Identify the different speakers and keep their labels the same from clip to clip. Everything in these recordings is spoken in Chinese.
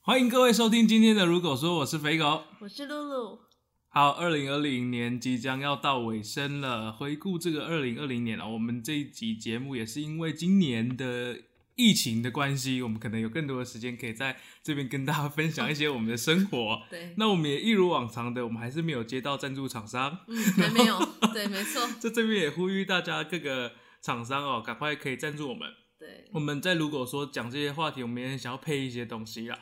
Speaker 1: 欢迎各位收听今天的《如果说我是肥狗》。
Speaker 2: 我是露露，
Speaker 1: 好，二零二零年即将要到尾声了。回顾这个二零二零年啊，我们这一集节目也是因为今年的疫情的关系，我们可能有更多的时间可以在这边跟大家分享一些我们的生活。
Speaker 2: 对，
Speaker 1: 那我们也一如往常的，我们还是没有接到赞助厂商，
Speaker 2: 嗯， 还没有，对，没错，
Speaker 1: 在这边也呼吁大家各个厂商哦，赶快可以赞助我们。
Speaker 2: 对，
Speaker 1: 我们在如果说讲这些话题，我们也很想要配一些东西啦。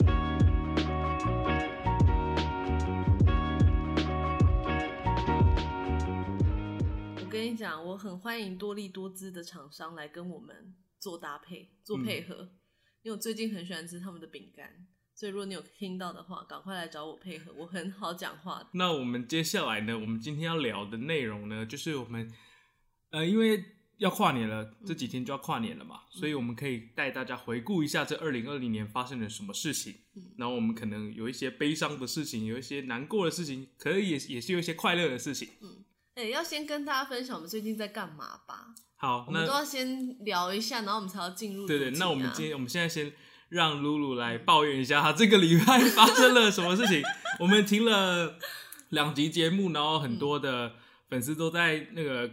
Speaker 2: 我跟你讲，我很欢迎多利多姿的厂商来跟我们做搭配、做
Speaker 1: 嗯
Speaker 2: 配合，因为我最近很喜欢吃他们的饼干，所以如果你有听到的话，赶快来找我配合，我很好讲话的。
Speaker 1: 那我们接下来呢，我们今天要聊的内容呢，就是我们呃，因为要跨年了，这几天就要跨年了嘛，所以我们可以带大家回顾一下这二零二零年发生了什么事情。
Speaker 2: 嗯
Speaker 1: 然后我们可能有一些悲伤的事情，有一些难过的事情，可以也也是有一些快乐的事情。
Speaker 2: 哎、要先跟大家分享我们最近在干嘛吧，
Speaker 1: 好，
Speaker 2: 我们都
Speaker 1: 那
Speaker 2: 要先聊一下，然后我们才要进入、啊
Speaker 1: 对对，那我们今天我们现在先让露露来抱怨一下，她这个礼拜发生了什么事情。我们停了两集节目，然后
Speaker 2: 嗯
Speaker 1: 很多的粉丝都在那个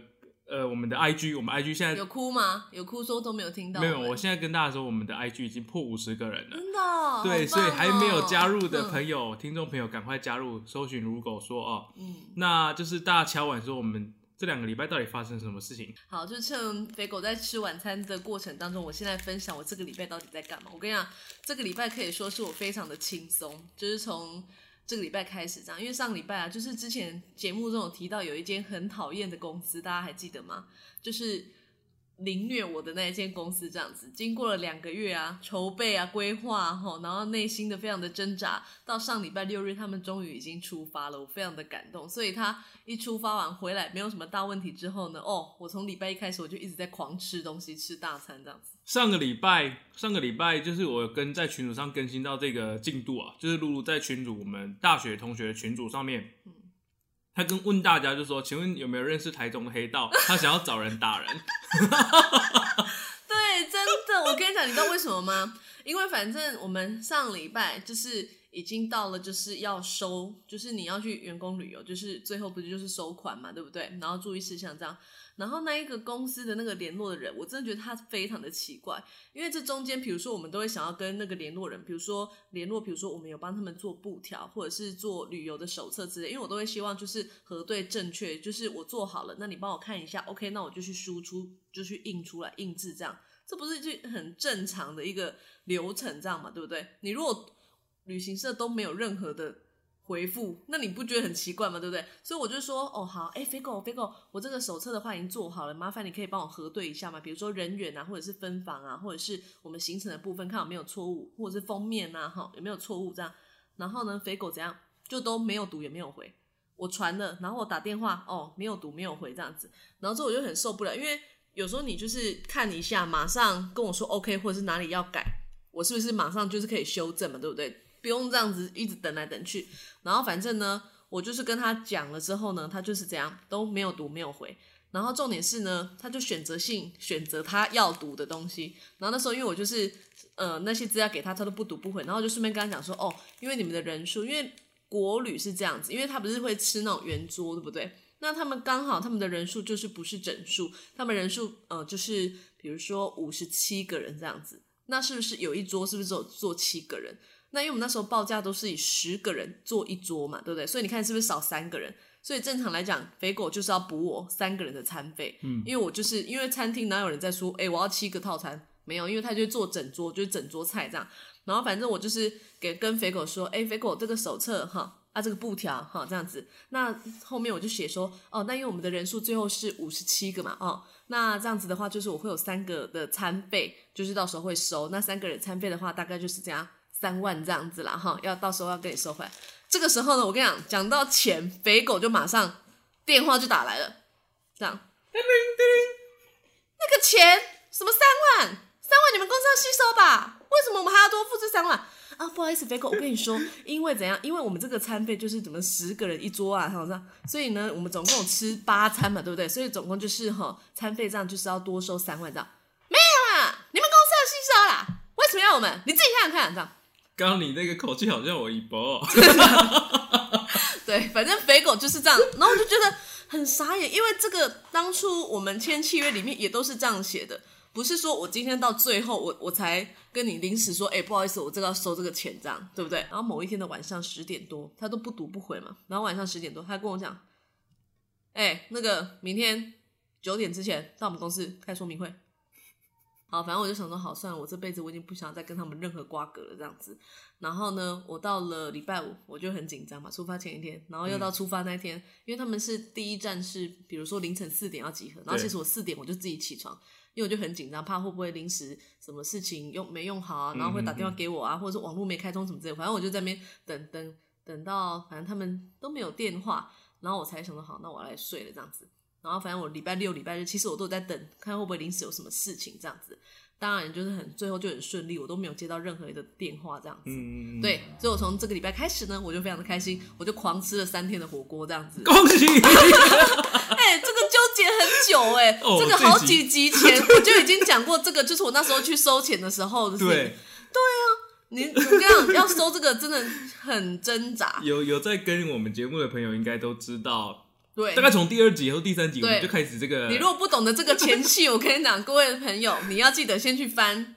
Speaker 1: 呃我们的 IG，我们 IG 现在
Speaker 2: 有哭吗？有哭说都没有听到
Speaker 1: 没
Speaker 2: 们，
Speaker 1: 有，我现在跟大家说，我们的 IG 已经破五十个人了。
Speaker 2: 真的哦、
Speaker 1: 对，
Speaker 2: 好
Speaker 1: 所以
Speaker 2: 棒哦
Speaker 1: 还没有加入的
Speaker 2: 嗯
Speaker 1: 朋友、听众朋友，赶快加入，搜寻“如狗说”哦。
Speaker 2: 嗯，
Speaker 1: 那就是大家敲碗说，我们这两个礼拜到底发生什么事情？
Speaker 2: 好，就趁肥狗在吃晚餐的过程当中，我现在分享我这个礼拜到底在干嘛。我跟你讲，这个礼拜可以说是我非常的轻松，就是从这个礼拜开始这样。因为上礼拜啊，就是之前节目中有提到有一间很讨厌的公司，大家还记得吗？就是凌虐我的那一间公司这样子。经过了两个月啊，筹备啊，规划啊吼、然后内心的非常的挣扎，到上礼拜六日他们终于已经出发了，我非常的感动。所以他一出发完回来没有什么大问题之后呢，哦，我从礼拜一开始我就一直在狂吃东西，吃大餐这样子。
Speaker 1: 上个礼拜，上个礼拜就是我有跟在群组上更新到这个进度啊，就是露露在群组我们大学同学的群组上面，
Speaker 2: 嗯
Speaker 1: 他跟问大家就说，请问有没有认识台中的黑道？他想要找人打人。
Speaker 2: 对，真的，我跟你讲，你知道为什么吗？因为反正我们上礼拜就是已经到了，就是要收，就是你要去员工旅游，就是最后不是就是收款嘛，对不对？然后注意事项这样。然后那一个公司的那个联络的人，我真的觉得他非常的奇怪，因为这中间，比如说我们都会想要跟那个联络人，比如说联络，比如说我们有帮他们做布条，或者是做旅游的手册之类，因为我都会希望就是核对正确，就是我做好了，那你帮我看一下，OK，那我就去输出，就去印出来印制这样。这不是就很正常的一个流程，这样嘛，对不对？你如果旅行社都没有任何的回复，那你不觉得很奇怪吗？对不对？所以我就说，哦，好，哎，肥狗，肥狗，我这个手册的话已经做好了，麻烦你可以帮我核对一下嘛，比如说人员啊，或者是分房啊，或者是我们行程的部分，看有没有错误，或者是封面啊，哈，有没有错误这样。然后呢，肥狗怎样就都没有读也没有回，我传了，然后我打电话，哦，没有读没有回这样子，然后之后我就很受不了，因为有时候你就是看一下，马上跟我说 OK，或者是哪里要改，我是不是马上就是可以修正嘛，对不对？不用这样子一直等来等去。然后反正呢，我就是跟他讲了之后呢，他就是这样都没有读没有回。然后重点是呢，他就选择性选择他要读的东西。然后那时候因为我就是呃那些资料给他，他都不读不回，然后我就顺便跟他讲说哦，因为你们的人数，因为国旅是这样子，因为他不是会吃那种圆桌，对不对？那他们刚好他们的人数就是不是整数，他们人数呃就是比如说五十七个人这样子，那是不是有一桌是不是只有坐七个人？那因为我们那时候报价都是以十个人坐一桌嘛，对不对？所以你看是不是少三个人？所以正常来讲，肥狗就是要补我三个人的餐费，嗯，因为我就是因为餐厅哪有人在说，哎、我要七个套餐？没有，因为他就做整桌，就是整桌菜这样。然后反正我就是给跟肥狗说，哎、肥狗这个手册哈，啊这个布条哈这样子。那后面我就写说，哦，那因为我们的人数最后是五十七个嘛，哦，那这样子的话，就是我会有三个的餐费，就是到时候会收。那三个人餐费的话，大概就是这样三万这样子啦，哈，要到时候要跟你收回来。这个时候呢，我跟你讲，讲到钱，肥狗就马上电话就打来了，这样，那个钱什么三万，三万你们公司要吸收吧？为什么我们还要多付这三万？啊，不好意思，肥狗，我跟你说，因为怎样？因为我们这个餐费就是怎么十个人一桌啊，好像，所以呢，我们总共有吃八餐嘛，对不对？所以总共就是哈，餐费这样就是要多啊收三万这样。没有啦，你们公司要吸收啦，为什么要我们？你自己想想看，这样。
Speaker 1: 刚刚你那个口气好像我一波、哦
Speaker 2: 对，反正肥狗就是这样，然后我就觉得很傻眼，因为这个当初我们签契约里面也都是这样写的，不是说我今天到最后我我才跟你临时说，哎、不好意思，我这个要收这个钱，这样对不对？然后某一天的晚上十点多，他都不读不回嘛，然后晚上十点多，他跟我讲，哎、那个明天九点之前到我们公司开说明会。好，反正我就想说，好，算了，我这辈子我已经不想再跟他们任何瓜葛了，这样子。然后呢，我到了礼拜五，我就很紧张嘛，出发前一天，然后又到出发那一天，因为他们是第一站是，比如说凌晨四点要集合，然后
Speaker 1: 对
Speaker 2: 其实我四点我就自己起床，因为我就很紧张，怕会不会临时什么事情用没用好啊，然后会打电话给我啊，或者是网络没开通什么之类的，反正我就在那边等等等到，反正他们都没有电话，然后我才想说，好，那我要来睡了这样子。然后反正我礼拜六、礼拜日，其实我都有在等，看会不会临时有什么事情这样子。当然就是很最后就很顺利，我都没有接到任何的电话这样子。
Speaker 1: 嗯，
Speaker 2: 对，所以我从这个礼拜开始呢，我就非常的开心，我就狂吃了三天的火锅这样子。
Speaker 1: 恭喜你，
Speaker 2: 哎、这个纠结很久哎、
Speaker 1: 哦
Speaker 2: 这
Speaker 1: 这
Speaker 2: 个
Speaker 1: 一
Speaker 2: 好
Speaker 1: 集
Speaker 2: 几集前我就已经讲过这个，就是我那时候去收钱的时候的事情。
Speaker 1: 对，
Speaker 2: 你你这样要收这个真的很挣扎，
Speaker 1: 有有在跟我们节目的朋友应该都知道，
Speaker 2: 对
Speaker 1: 大。概从第二集或第三集我
Speaker 2: 对
Speaker 1: 们就开始这个，
Speaker 2: 你如果不懂得这个前戏，我跟你讲，各位朋友，你要记得先去翻，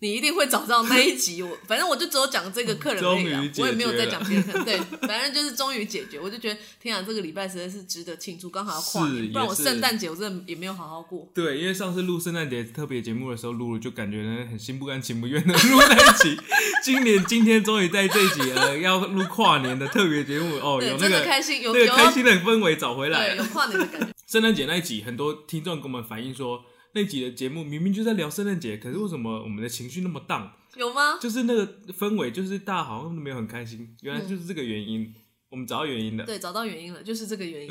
Speaker 2: 你一定会找到那一集。我反正我就只有讲这个客人而已啦
Speaker 1: 终于解决了
Speaker 2: 我也没有再讲别人。对，反正就是终于解决。我就觉得，天啊，这个礼拜实在是值得庆祝，刚好要跨
Speaker 1: 是
Speaker 2: 年，不然我
Speaker 1: 也是
Speaker 2: 圣诞节我真的也没有好好过。
Speaker 1: 对，因为上次录圣诞节特别节目的时候录了，就感觉呢很心不甘情不愿的 录在一起。今年今天终于在这一集呃要录跨年的特别节目哦，
Speaker 2: 对，
Speaker 1: 有那
Speaker 2: 真的
Speaker 1: 个
Speaker 2: 开心，有
Speaker 1: 那个
Speaker 2: 有
Speaker 1: 开
Speaker 2: 要
Speaker 1: 心的氛围找回来
Speaker 2: 对
Speaker 1: 了
Speaker 2: 有。跨年的感觉。
Speaker 1: 圣诞节那一集，很多听众跟我们反映说，那集的节目明明就在聊圣诞节，可是为什么我们的情绪那么荡？
Speaker 2: 有吗？
Speaker 1: 就是那个氛围，就是大家好像都没有很开心，原来就是这个原因。我们找到原因了，
Speaker 2: 对，找到原因了，就是这个原因。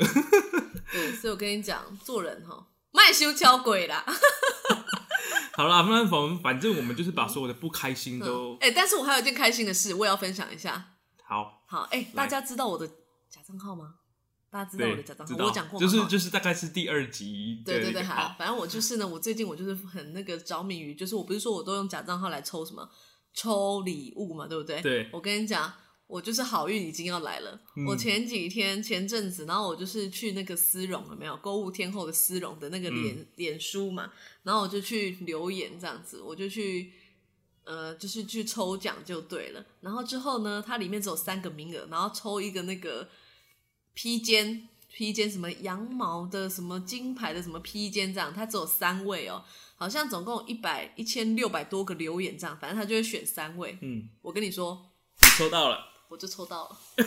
Speaker 2: 对，所以我跟你讲，做人哈，卖修敲鬼啦。
Speaker 1: 好啦，反正反正我们就是把所有的不开心 都、
Speaker 2: 哎、但是我还有一件开心的事，我也要分享一下。
Speaker 1: 好，
Speaker 2: 好，哎、大家知道我的假账号吗？大家知道我
Speaker 1: 对，
Speaker 2: 的假账
Speaker 1: 知
Speaker 2: 号，
Speaker 1: 道
Speaker 2: 我讲过嘛
Speaker 1: 就是
Speaker 2: 哈
Speaker 1: 就是大概是第二集的
Speaker 2: 对对对，
Speaker 1: 那个
Speaker 2: 好，反正我就是呢，我最近我就是很那个着迷于，就是我不是说我都用假账号来抽什么抽礼物嘛，对不对？
Speaker 1: 对
Speaker 2: 我跟你讲，我就是好运已经要来了。
Speaker 1: 嗯
Speaker 2: 我前几天前阵子，然后我就是去那个丝绒有没有购物天后的丝绒的那个脸、脸书嘛，然后我就去留言这样子，我就去。呃，就是去抽奖就对了，然后之后呢，它里面只有三个名额，然后抽一个那个披肩，披肩什么羊毛的，什么金牌的，什么披肩这样，它只有三位哦，好像总共一百一千六百多个留言这样，反正他就会选三位。
Speaker 1: 嗯，
Speaker 2: 我跟你说，
Speaker 1: 你抽到了，
Speaker 2: 我就抽到了，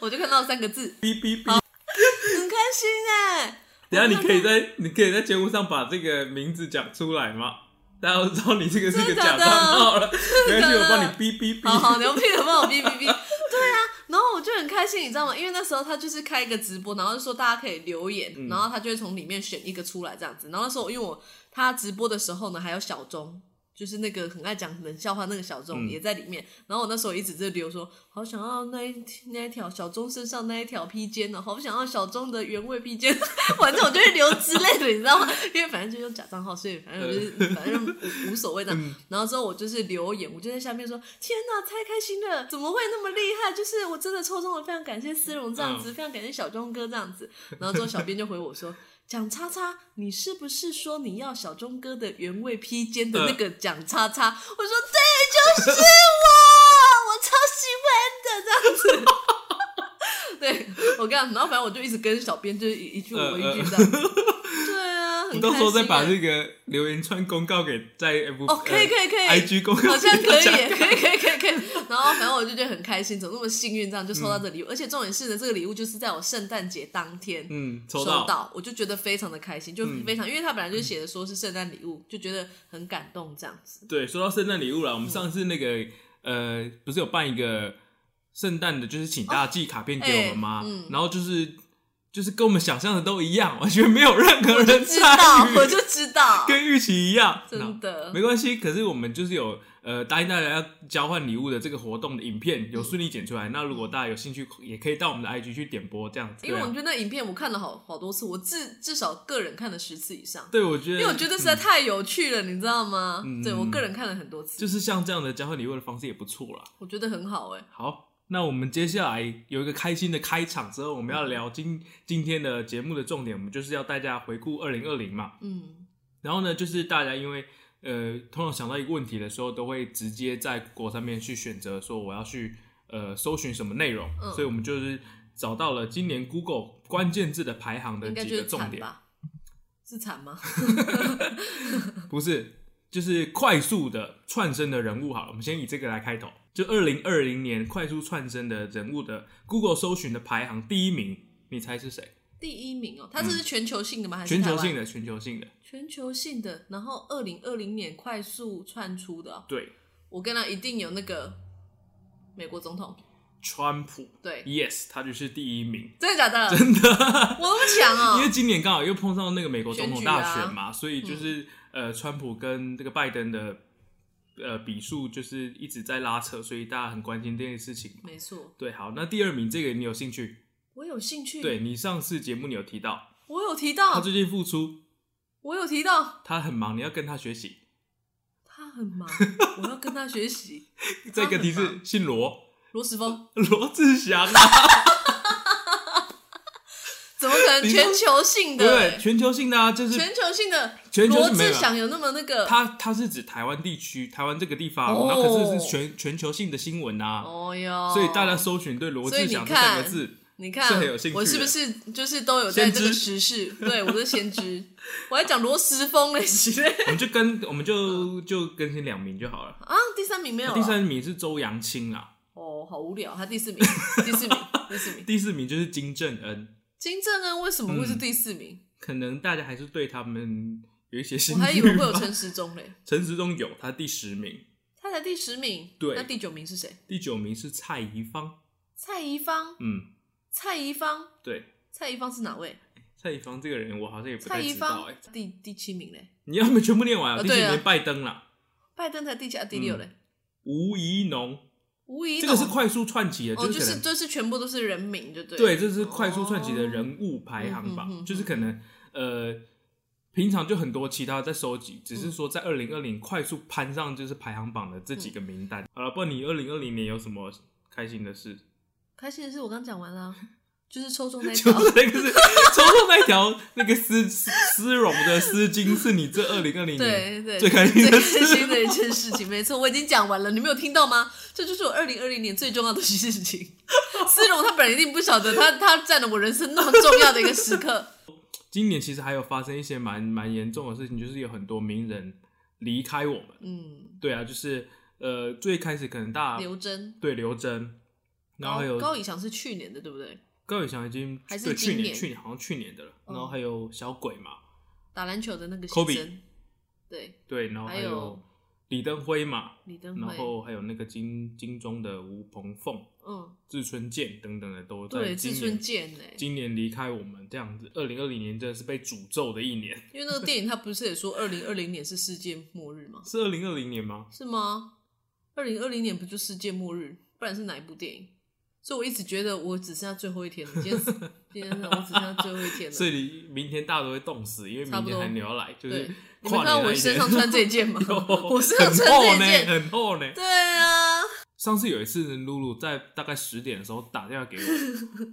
Speaker 2: 我就看到三个字，
Speaker 1: 哔哔哔。
Speaker 2: 很开心哎、
Speaker 1: 等一下你可以在你可以在节目上把这个名字讲出来吗？大家都知道你这个是一个
Speaker 2: 真的假
Speaker 1: 假
Speaker 2: 的
Speaker 1: 账号了，没关系，
Speaker 2: 真的
Speaker 1: 我帮你哔哔
Speaker 2: 好
Speaker 1: 哔。
Speaker 2: 哦好牛逼的，帮我哔 哔哔。对啊，然后我就很开心，你知道吗？因为那时候他就是开一个直播，然后就说大家可以留言，
Speaker 1: 嗯
Speaker 2: 然后他就会从里面选一个出来这样子。然后那时候因为我他直播的时候呢，还有小钟。就是那个很爱讲冷笑话那个小钟
Speaker 1: 嗯
Speaker 2: 也在里面，然后我那时候一直在留说，好想要那一那一条小钟身上那一条披肩呢、好想要小钟的原味披肩， 反正我就会留之类的，你知道吗？因为反正就用假账号，所以反正 我就是反正无无所谓的。
Speaker 1: 嗯
Speaker 2: 然后之后我就是留言，我就在下面说：“天哪，太开心了！怎么会那么厉害？就是我真的抽中了，非常感谢思荣这样子，非常感谢小钟哥这样子。”然后之后小编就回我说：“ 蒋叉叉，你是不是说你要小钟哥的原味披肩的那个蒋叉叉？”我说：“对，就是我，我超喜欢的这样子。” 对，我跟你讲，然后反正我就一直跟小编就是一一句我一句这样子。对啊，
Speaker 1: 嗯我们
Speaker 2: 很
Speaker 1: 到时候再
Speaker 2: 开
Speaker 1: 把
Speaker 2: 心
Speaker 1: 这
Speaker 2: 欸
Speaker 1: 个留言串公告给在 F
Speaker 2: 哦，可以可以可以
Speaker 1: IG 公 告，
Speaker 2: 好像可以耶，可以，可以，可以，可以。然后反正我就觉得很开心，怎么那么幸运，这样就抽到这礼物。而且重点是呢，这个礼物就是在我圣诞节当天
Speaker 1: 嗯，抽
Speaker 2: 收
Speaker 1: 到，
Speaker 2: 我就觉得非常的开心，就非常，因为他本来就写的说是圣诞礼物，就觉得很感动这样 子。
Speaker 1: 对，说到圣诞礼物了，我们上次那个、呃，不是有办一个圣诞的，就是请大家寄卡片给我们吗？
Speaker 2: 哎嗯
Speaker 1: 然后就是就是跟我们想象的都一样，完全没有任何
Speaker 2: 我就
Speaker 1: 人
Speaker 2: 知道
Speaker 1: 参，
Speaker 2: 我
Speaker 1: 与，
Speaker 2: 就知道，
Speaker 1: 跟预期一样，
Speaker 2: 真的
Speaker 1: 没关系。可是我们就是有呃答应大家要交换礼物的这个活动的影片
Speaker 2: 嗯
Speaker 1: 有顺利剪出来。那如果大家有兴趣，也可以到我们的 IG 去点播这样子。
Speaker 2: 因为
Speaker 1: 对
Speaker 2: 我
Speaker 1: 啊
Speaker 2: 觉得那影片我看了好好多次，我至至少个人看了十次以上，
Speaker 1: 对，我觉得，
Speaker 2: 因为我觉得实在太有趣了，你知道吗？
Speaker 1: 嗯
Speaker 2: 对我个人看了很多次，
Speaker 1: 就是像这样的交换礼物的方式也不错啦。
Speaker 2: 我觉得很好哎、
Speaker 1: 好，那我们接下来有一个开心的开场之后，我们要聊今今天的节目的重点，我们就是要带大家回顾二零二零嘛。
Speaker 2: 嗯，
Speaker 1: 然后呢，就是大家因为呃，通常想到一个问题的时候，都会直接在 Google 上面去选择说我要去呃搜寻什么内容，
Speaker 2: 嗯
Speaker 1: 所以我们就是找到了今年 Google 关键字的排行的
Speaker 2: 应该
Speaker 1: 几
Speaker 2: 就
Speaker 1: 个
Speaker 2: 是
Speaker 1: 重
Speaker 2: 惨
Speaker 1: 点，
Speaker 2: 吧？是惨吗？
Speaker 1: 不是。就是快速的串升的人物好了，我们先以这个来开头。就二零二零年快速串升的人物的 Google 搜寻的排行第一名，你猜是谁？
Speaker 2: 第一名哦，它这是全球性的吗？还
Speaker 1: 嗯
Speaker 2: 是
Speaker 1: 全球性
Speaker 2: 的？
Speaker 1: 的，全球性的，
Speaker 2: 全球性的，然后二零二零年快速窜出的哦、
Speaker 1: 对，
Speaker 2: 我跟他一定有那个美国总统，
Speaker 1: 川普
Speaker 2: 对，
Speaker 1: ，yes，他就是第一名。
Speaker 2: 真的假 的？真的，我那么强
Speaker 1: 因为
Speaker 2: 哦，
Speaker 1: 今年刚好又碰上那个美国总
Speaker 2: 选
Speaker 1: 统
Speaker 2: 举啊嗯
Speaker 1: 大选嘛，所以就是、呃，川普跟这个拜登的呃比数就是一直在拉扯，所以大家很关心这件事情。
Speaker 2: 没错，
Speaker 1: 对，好，那第二名这个你有兴趣？
Speaker 2: 我有兴趣，
Speaker 1: 对，你上次节目你有提到，
Speaker 2: 我有提
Speaker 1: 他
Speaker 2: 到，
Speaker 1: 最近复出，
Speaker 2: 我有提到，
Speaker 1: 他很忙，你要跟他学习。
Speaker 2: 他 很忙，我要跟他学习。
Speaker 1: 这个提
Speaker 2: 他很
Speaker 1: 示姓罗，
Speaker 2: 罗时峰
Speaker 1: 罗志祥 啊，
Speaker 2: 怎么可能
Speaker 1: 你说
Speaker 2: 全球性的、
Speaker 1: 对，全球性的啊，就是
Speaker 2: 全球性的
Speaker 1: 全球
Speaker 2: 罗
Speaker 1: 性没有
Speaker 2: 志
Speaker 1: 啊
Speaker 2: 祥有那么那个？
Speaker 1: 他他是指台湾地区，台湾这个地方，
Speaker 2: 哦
Speaker 1: 然后可是是全全球性的新闻啊，
Speaker 2: 哦哟，
Speaker 1: 所以大家搜寻对罗
Speaker 2: 所以
Speaker 1: 志
Speaker 2: 你
Speaker 1: 祥这三个
Speaker 2: 看
Speaker 1: 字。
Speaker 2: 你看
Speaker 1: 是很有兴趣的
Speaker 2: 我是不是就是都有在
Speaker 1: 先知
Speaker 2: 这个时事？对，我是先知，我还讲罗时峰嘞，其嘞
Speaker 1: 我们就跟我们就就更新两名就好了。
Speaker 2: 啊，第三名没有、啊，
Speaker 1: 第三名是周扬青啦，
Speaker 2: 哦，好无聊，他第四名，第四名，第四 名，
Speaker 1: 第四名就是金正恩。
Speaker 2: 金正恩为什么
Speaker 1: 嗯
Speaker 2: 会是第四名？
Speaker 1: 可能大家还是对他们有一些兴趣吧。
Speaker 2: 我还以为会有陈时中嘞，
Speaker 1: 陈时中有，他第十名，
Speaker 2: 他才第十名，
Speaker 1: 对
Speaker 2: 那第九名是谁？
Speaker 1: 第九名是蔡宜芳。
Speaker 2: 蔡宜芳，
Speaker 1: 嗯，
Speaker 2: 蔡宜芳，
Speaker 1: 对，
Speaker 2: 蔡宜芳是哪位？
Speaker 1: 蔡宜芳这个人我好像也不
Speaker 2: 蔡
Speaker 1: 太
Speaker 2: 宜
Speaker 1: 知道
Speaker 2: 芳
Speaker 1: 哎、
Speaker 2: 第第七名嘞，
Speaker 1: 你要不全部念完
Speaker 2: 哦
Speaker 1: 第
Speaker 2: 对
Speaker 1: 九
Speaker 2: 啊
Speaker 1: 名拜登啦，
Speaker 2: 拜登才第七啊，第六嘞，
Speaker 1: 吴怡农，
Speaker 2: 吴怡
Speaker 1: 嗯这
Speaker 2: 农，
Speaker 1: 个是快速串起的，
Speaker 2: 哦，
Speaker 1: 是
Speaker 2: 就
Speaker 1: 可
Speaker 2: 是
Speaker 1: 能
Speaker 2: 就是全部都是人名，就对，
Speaker 1: 对，这是快速串起的人物排行
Speaker 2: 哦
Speaker 1: 榜，
Speaker 2: 嗯嗯嗯
Speaker 1: 就是可能呃，平常就很多其他在收集，只
Speaker 2: 嗯
Speaker 1: 是说在二零二零快速攀上就是排行榜的这几个名单。好了，不然你二零二零年有什么开心的事？
Speaker 2: 开心的是我刚讲完了啊，就是抽中那 一
Speaker 1: 就
Speaker 2: 条，
Speaker 1: 是那个是抽中那条那个丝丝丝绒的丝巾，是你这二零二零年
Speaker 2: 对对，
Speaker 1: 最开心的
Speaker 2: 最开心
Speaker 1: 事。
Speaker 2: 的一件事 情，没错，我已经讲完了，你没有听到吗？这就是我二零二零年最重要的 事情。思荣他本人一定不晓得，他他占了我人生那么重要的一个时 刻。
Speaker 1: 今年其实还有发生一些蛮蛮严重的事情，就是有很多名人离开我们。
Speaker 2: 嗯，
Speaker 1: 对啊，就是呃，最开始可能大家
Speaker 2: 刘真，
Speaker 1: 对刘真，然后还有
Speaker 2: 高高以翔是去年的，对不对？
Speaker 1: 高宇翔已经
Speaker 2: 还是
Speaker 1: 对去
Speaker 2: 今
Speaker 1: 年
Speaker 2: 年哦
Speaker 1: 去年好像去年的了，然后还有小鬼嘛，
Speaker 2: 打篮球的那个先
Speaker 1: Kobe
Speaker 2: 生，对，
Speaker 1: 对，然后
Speaker 2: 还
Speaker 1: 还有
Speaker 2: 有
Speaker 1: 李登辉嘛，
Speaker 2: 李登
Speaker 1: 然
Speaker 2: 辉，
Speaker 1: 后还有那个金金钟的吴鹏凤、
Speaker 2: 嗯，
Speaker 1: 志村健等等的都在
Speaker 2: 对，
Speaker 1: 今
Speaker 2: 志村
Speaker 1: 年
Speaker 2: 健呢？
Speaker 1: 今年离开我们这样子，二零二零年真的是被诅咒的一年，
Speaker 2: 因为那个电影他不是也说二零二零年是世界末日吗？
Speaker 1: 是二零二零年吗？
Speaker 2: 是吗？二零二零年不就世界末日，不然是哪一部电影？所以我一直觉得我只剩下最后一天了。今天是今天是我只剩下最后一天了。
Speaker 1: 所以明天大家都会冻死，因为
Speaker 2: 差
Speaker 1: 明
Speaker 2: 不
Speaker 1: 天
Speaker 2: 多
Speaker 1: 还你要来，就是
Speaker 2: 对，你们
Speaker 1: 跨
Speaker 2: 看到
Speaker 1: 年
Speaker 2: 我
Speaker 1: 那一
Speaker 2: 身
Speaker 1: 天？
Speaker 2: 上穿这件吗
Speaker 1: 有
Speaker 2: 我身上
Speaker 1: 很
Speaker 2: 穿
Speaker 1: 厚
Speaker 2: 这
Speaker 1: 呢
Speaker 2: 件。
Speaker 1: 很厚呢。
Speaker 2: 对 啊，
Speaker 1: 上次有一次，露露在大概十点的时候打电话给我，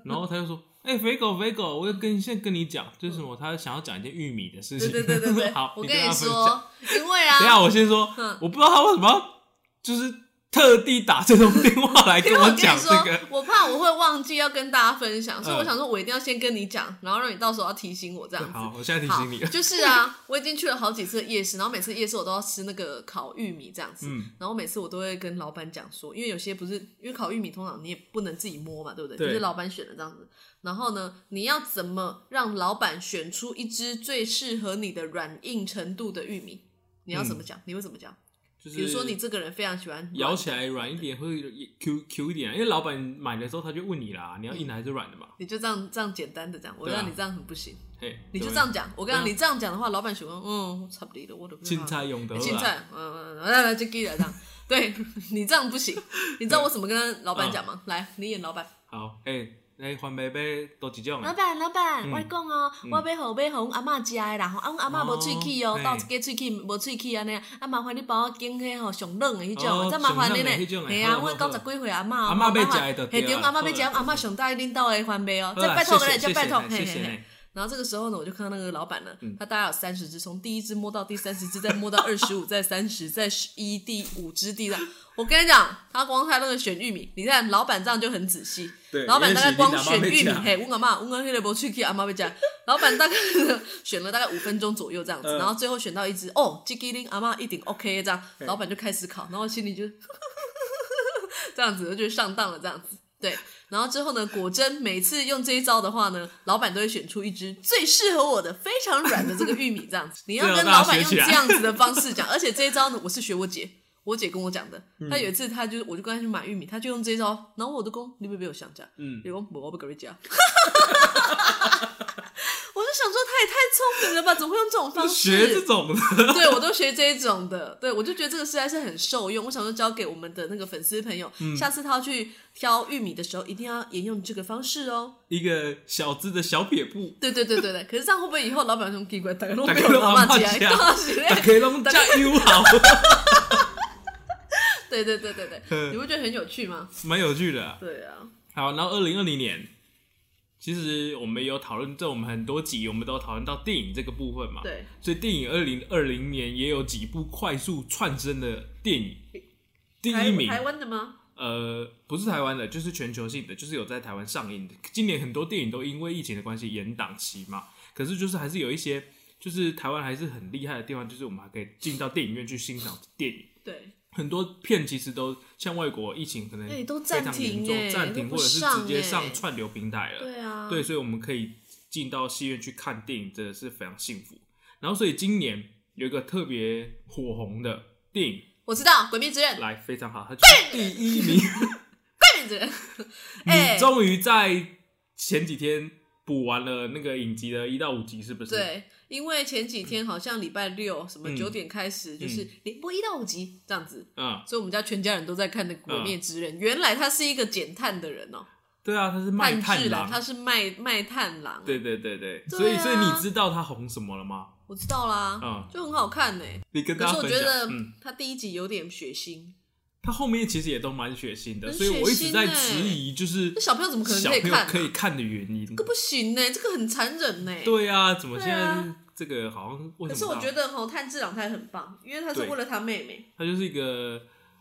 Speaker 1: 然后他就说：“哎、肥狗，肥狗，我要跟现在跟你讲，就是什么，他想要讲一件玉米的事
Speaker 2: 对
Speaker 1: 情。”
Speaker 2: 对对对对。
Speaker 1: 好，
Speaker 2: 我
Speaker 1: 你
Speaker 2: 跟
Speaker 1: 他
Speaker 2: 你
Speaker 1: 分享，
Speaker 2: 说，因为
Speaker 1: 等一下
Speaker 2: 啊，
Speaker 1: 我先说，
Speaker 2: 嗯
Speaker 1: 我不知道他为什么要就是特地打这通电话来跟
Speaker 2: 因为我跟
Speaker 1: 讲
Speaker 2: 你
Speaker 1: 这
Speaker 2: 说
Speaker 1: 个，，
Speaker 2: 我怕我会忘记要跟大家分享，所以
Speaker 1: 嗯
Speaker 2: 我想说，我一定要先跟你讲，然后让你到时候要提醒我这样子。
Speaker 1: 好，我现在提
Speaker 2: 好
Speaker 1: 醒你了，
Speaker 2: 就是啊，我已经去了好几次夜市，然后每次夜市我都要吃那个烤玉米这样子，
Speaker 1: 嗯
Speaker 2: 然后每次我都会跟老板讲说，因为有些不是因为烤玉米通常你也不能自己摸嘛，对不对？
Speaker 1: 对
Speaker 2: 就是老板选的这样子。然后呢，你要怎么让老板选出一只最适合你的软硬程度的玉米？你要怎么讲？你会怎么讲？
Speaker 1: 嗯就是
Speaker 2: 比如说你这个人非常喜欢
Speaker 1: 摇起来软一点，或者 Q Q 一点啊，因为老板买的时候他就问你啦，你要硬的还是软的嘛？
Speaker 2: 你就这样这样简单的讲，我
Speaker 1: 对啊
Speaker 2: 让你这样很不行，
Speaker 1: 嘿，
Speaker 2: 你就
Speaker 1: 对
Speaker 2: 这样讲。我跟你讲
Speaker 1: 对啊
Speaker 2: 你这样讲的话，老板喜欢，嗯，差不离的，我的
Speaker 1: 青菜用的，
Speaker 2: 青，菜，嗯嗯嗯，来来，这个来这样。对 你这样不行。你知道我怎么跟老板讲
Speaker 1: 嗯
Speaker 2: 吗？来，你演老板。
Speaker 1: 好，哎、欸，哎，番麦麦多几种
Speaker 2: 老
Speaker 1: 啊？
Speaker 2: 板，老板，
Speaker 1: 嗯
Speaker 2: 我讲哦，我要互要互阮阿嬷食的啦，吼，啊，阮阿嬷无喙齿哦
Speaker 1: 哦，
Speaker 2: 倒一个喙齿无喙齿安尼，啊，麻烦你帮我拣迄吼上冷的迄
Speaker 1: 哦
Speaker 2: 种，再麻烦你呢
Speaker 1: 上冷的那种的，
Speaker 2: 嘿
Speaker 1: 好
Speaker 2: 啊，
Speaker 1: 好
Speaker 2: 阮九十几岁阿嬷哦，
Speaker 1: 阿嬷要食的就对
Speaker 2: 嘿
Speaker 1: 啦
Speaker 2: 对，阿嬷要食，
Speaker 1: 好啦
Speaker 2: 阿嬷上大恁兜的番麦哦，
Speaker 1: 好
Speaker 2: 再
Speaker 1: 啦
Speaker 2: 拜托个嘞，
Speaker 1: 谢
Speaker 2: 再
Speaker 1: 谢
Speaker 2: 拜托，嘿
Speaker 1: 谢
Speaker 2: 嘿
Speaker 1: 谢
Speaker 2: 嘿
Speaker 1: 呢。。
Speaker 2: 然后这个时候呢，我就看到那个老板呢，
Speaker 1: 嗯
Speaker 2: 他大概有三十只，从第一只摸到第三十只，再摸到二十五，再三十，再十一，第五只第三。我跟你讲，他光他那个选玉米，你看老板这样就很仔细。
Speaker 1: 对
Speaker 2: 老板大概光选
Speaker 1: 也
Speaker 2: 玉
Speaker 1: 许你
Speaker 2: 米
Speaker 1: 阿，嬷
Speaker 2: 嘿，我阿妈，我阿黑的伯去给阿妈被讲，老板大概 选了大概五分钟左右这样子，
Speaker 1: 嗯
Speaker 2: 然后最后选到一只，哦，这吉林阿妈一顶 OK 这样，
Speaker 1: 对
Speaker 2: 老板就开始烤，然后心里就 这样子，就上当了这样子。对，然后之后呢，果真每次用这一招的话呢，老板都会选出一只最适合我的、非常软的这个玉米这样子。你要
Speaker 1: 啊
Speaker 2: 跟老板用这样子的方式讲，而且这一招呢，我是学我姐，我姐跟我讲的。
Speaker 1: 嗯
Speaker 2: 她有一次，她就我就跟她去买玉米，她就用这一招，然后我就讲，你有没有想讲？
Speaker 1: 嗯
Speaker 2: 你讲 我不跟你讲。我就想说，她也太聪明了吧，怎么会用这种方式？
Speaker 1: 学这种的，
Speaker 2: 对我都学这一种的，对我就觉得这个实在是很受用。我想说交给我们的那个粉丝朋友，
Speaker 1: 嗯
Speaker 2: 下次他要去挑玉米的时候，一定要沿用这个方式哦。
Speaker 1: 一个小资的小撇步，
Speaker 2: 对对对对对，可是这样会不会以后老板兄奇怪，大家都
Speaker 1: 大
Speaker 2: 没
Speaker 1: 家
Speaker 2: 有
Speaker 1: 都
Speaker 2: 老妈
Speaker 1: 阿嬷
Speaker 2: 起来，
Speaker 1: 家
Speaker 2: 大起
Speaker 1: 大
Speaker 2: 来？
Speaker 1: 家拢加油啊好，
Speaker 2: 对对对对对，
Speaker 1: 嗯
Speaker 2: 你不觉得很有趣吗？
Speaker 1: 蛮有趣的啊、
Speaker 2: 对啊，
Speaker 1: 好，然后二零二零年，其实我们有讨论，在我们很多集我们都讨论到电影这个部分嘛，，
Speaker 2: 对，
Speaker 1: 所以电影二零二零年也有几部快速窜升的电影，第
Speaker 2: 台
Speaker 1: 一名
Speaker 2: 台湾的吗？
Speaker 1: 呃，不是台湾的，就是全球性的，就是有在台湾上映的。今年很多电影都因为疫情的关系延档期嘛，可是就是还是有一些，就是台湾还是很厉害的地方，就是我们还可以进到电影院去欣赏电影。
Speaker 2: 对，
Speaker 1: 很多片其实都像外国疫情可能
Speaker 2: 哎都
Speaker 1: 非
Speaker 2: 暂
Speaker 1: 常严
Speaker 2: 停
Speaker 1: 重，
Speaker 2: 哎
Speaker 1: 暂停
Speaker 2: 都不
Speaker 1: 或者是直
Speaker 2: 上
Speaker 1: 接
Speaker 2: 哎
Speaker 1: 上串流平台了。
Speaker 2: 对啊，
Speaker 1: 对，所以我们可以进到戏院去看电影，真的是非常幸福。然后，所以今年有一个特别火红的电影，
Speaker 2: 我知道《鬼灭之刃》，《
Speaker 1: 来非常好，它就是第一 名。
Speaker 2: 鬼灭之刃》 哎
Speaker 1: 你终于在前几天补完了那个影集的一到五集，是不是？，
Speaker 2: 对，因为前几天好像礼拜六什么
Speaker 1: 嗯
Speaker 2: 九点开始，就是连播一到五集这样子，
Speaker 1: 嗯，
Speaker 2: 所以我们家全家人都在看那《鬼灭之刃》原来他是一个减碳的人哦、
Speaker 1: 对啊，他是卖
Speaker 2: 炭
Speaker 1: 炭
Speaker 2: 治郎，他
Speaker 1: 郎，
Speaker 2: 是卖卖炭郎。
Speaker 1: 对，对对对，
Speaker 2: 对啊
Speaker 1: 所以所以你知道他红什么了吗？
Speaker 2: 我知道啦，
Speaker 1: 嗯
Speaker 2: 就很好看呢、
Speaker 1: 你跟
Speaker 2: 可
Speaker 1: 大
Speaker 2: 是
Speaker 1: 家
Speaker 2: 我
Speaker 1: 分
Speaker 2: 觉得
Speaker 1: 享，嗯，
Speaker 2: 他第一集有点血腥，
Speaker 1: 他后面其实也都蛮血腥的，
Speaker 2: 很
Speaker 1: 所以我一直在
Speaker 2: 血腥欸
Speaker 1: 质疑，就是
Speaker 2: 那小朋友怎么可能
Speaker 1: 小
Speaker 2: 可以
Speaker 1: 朋友
Speaker 2: 看、啊？
Speaker 1: 可以看的原因。
Speaker 2: 这不行呢、这个很残忍呢、。
Speaker 1: 对啊，怎么现
Speaker 2: 对
Speaker 1: 在
Speaker 2: 啊
Speaker 1: 这个好像为
Speaker 2: 可
Speaker 1: 什么？
Speaker 2: 是我觉得吼，炭治郎他也很棒，因为他是
Speaker 1: 对
Speaker 2: 为了他妹妹，
Speaker 1: 他就是一个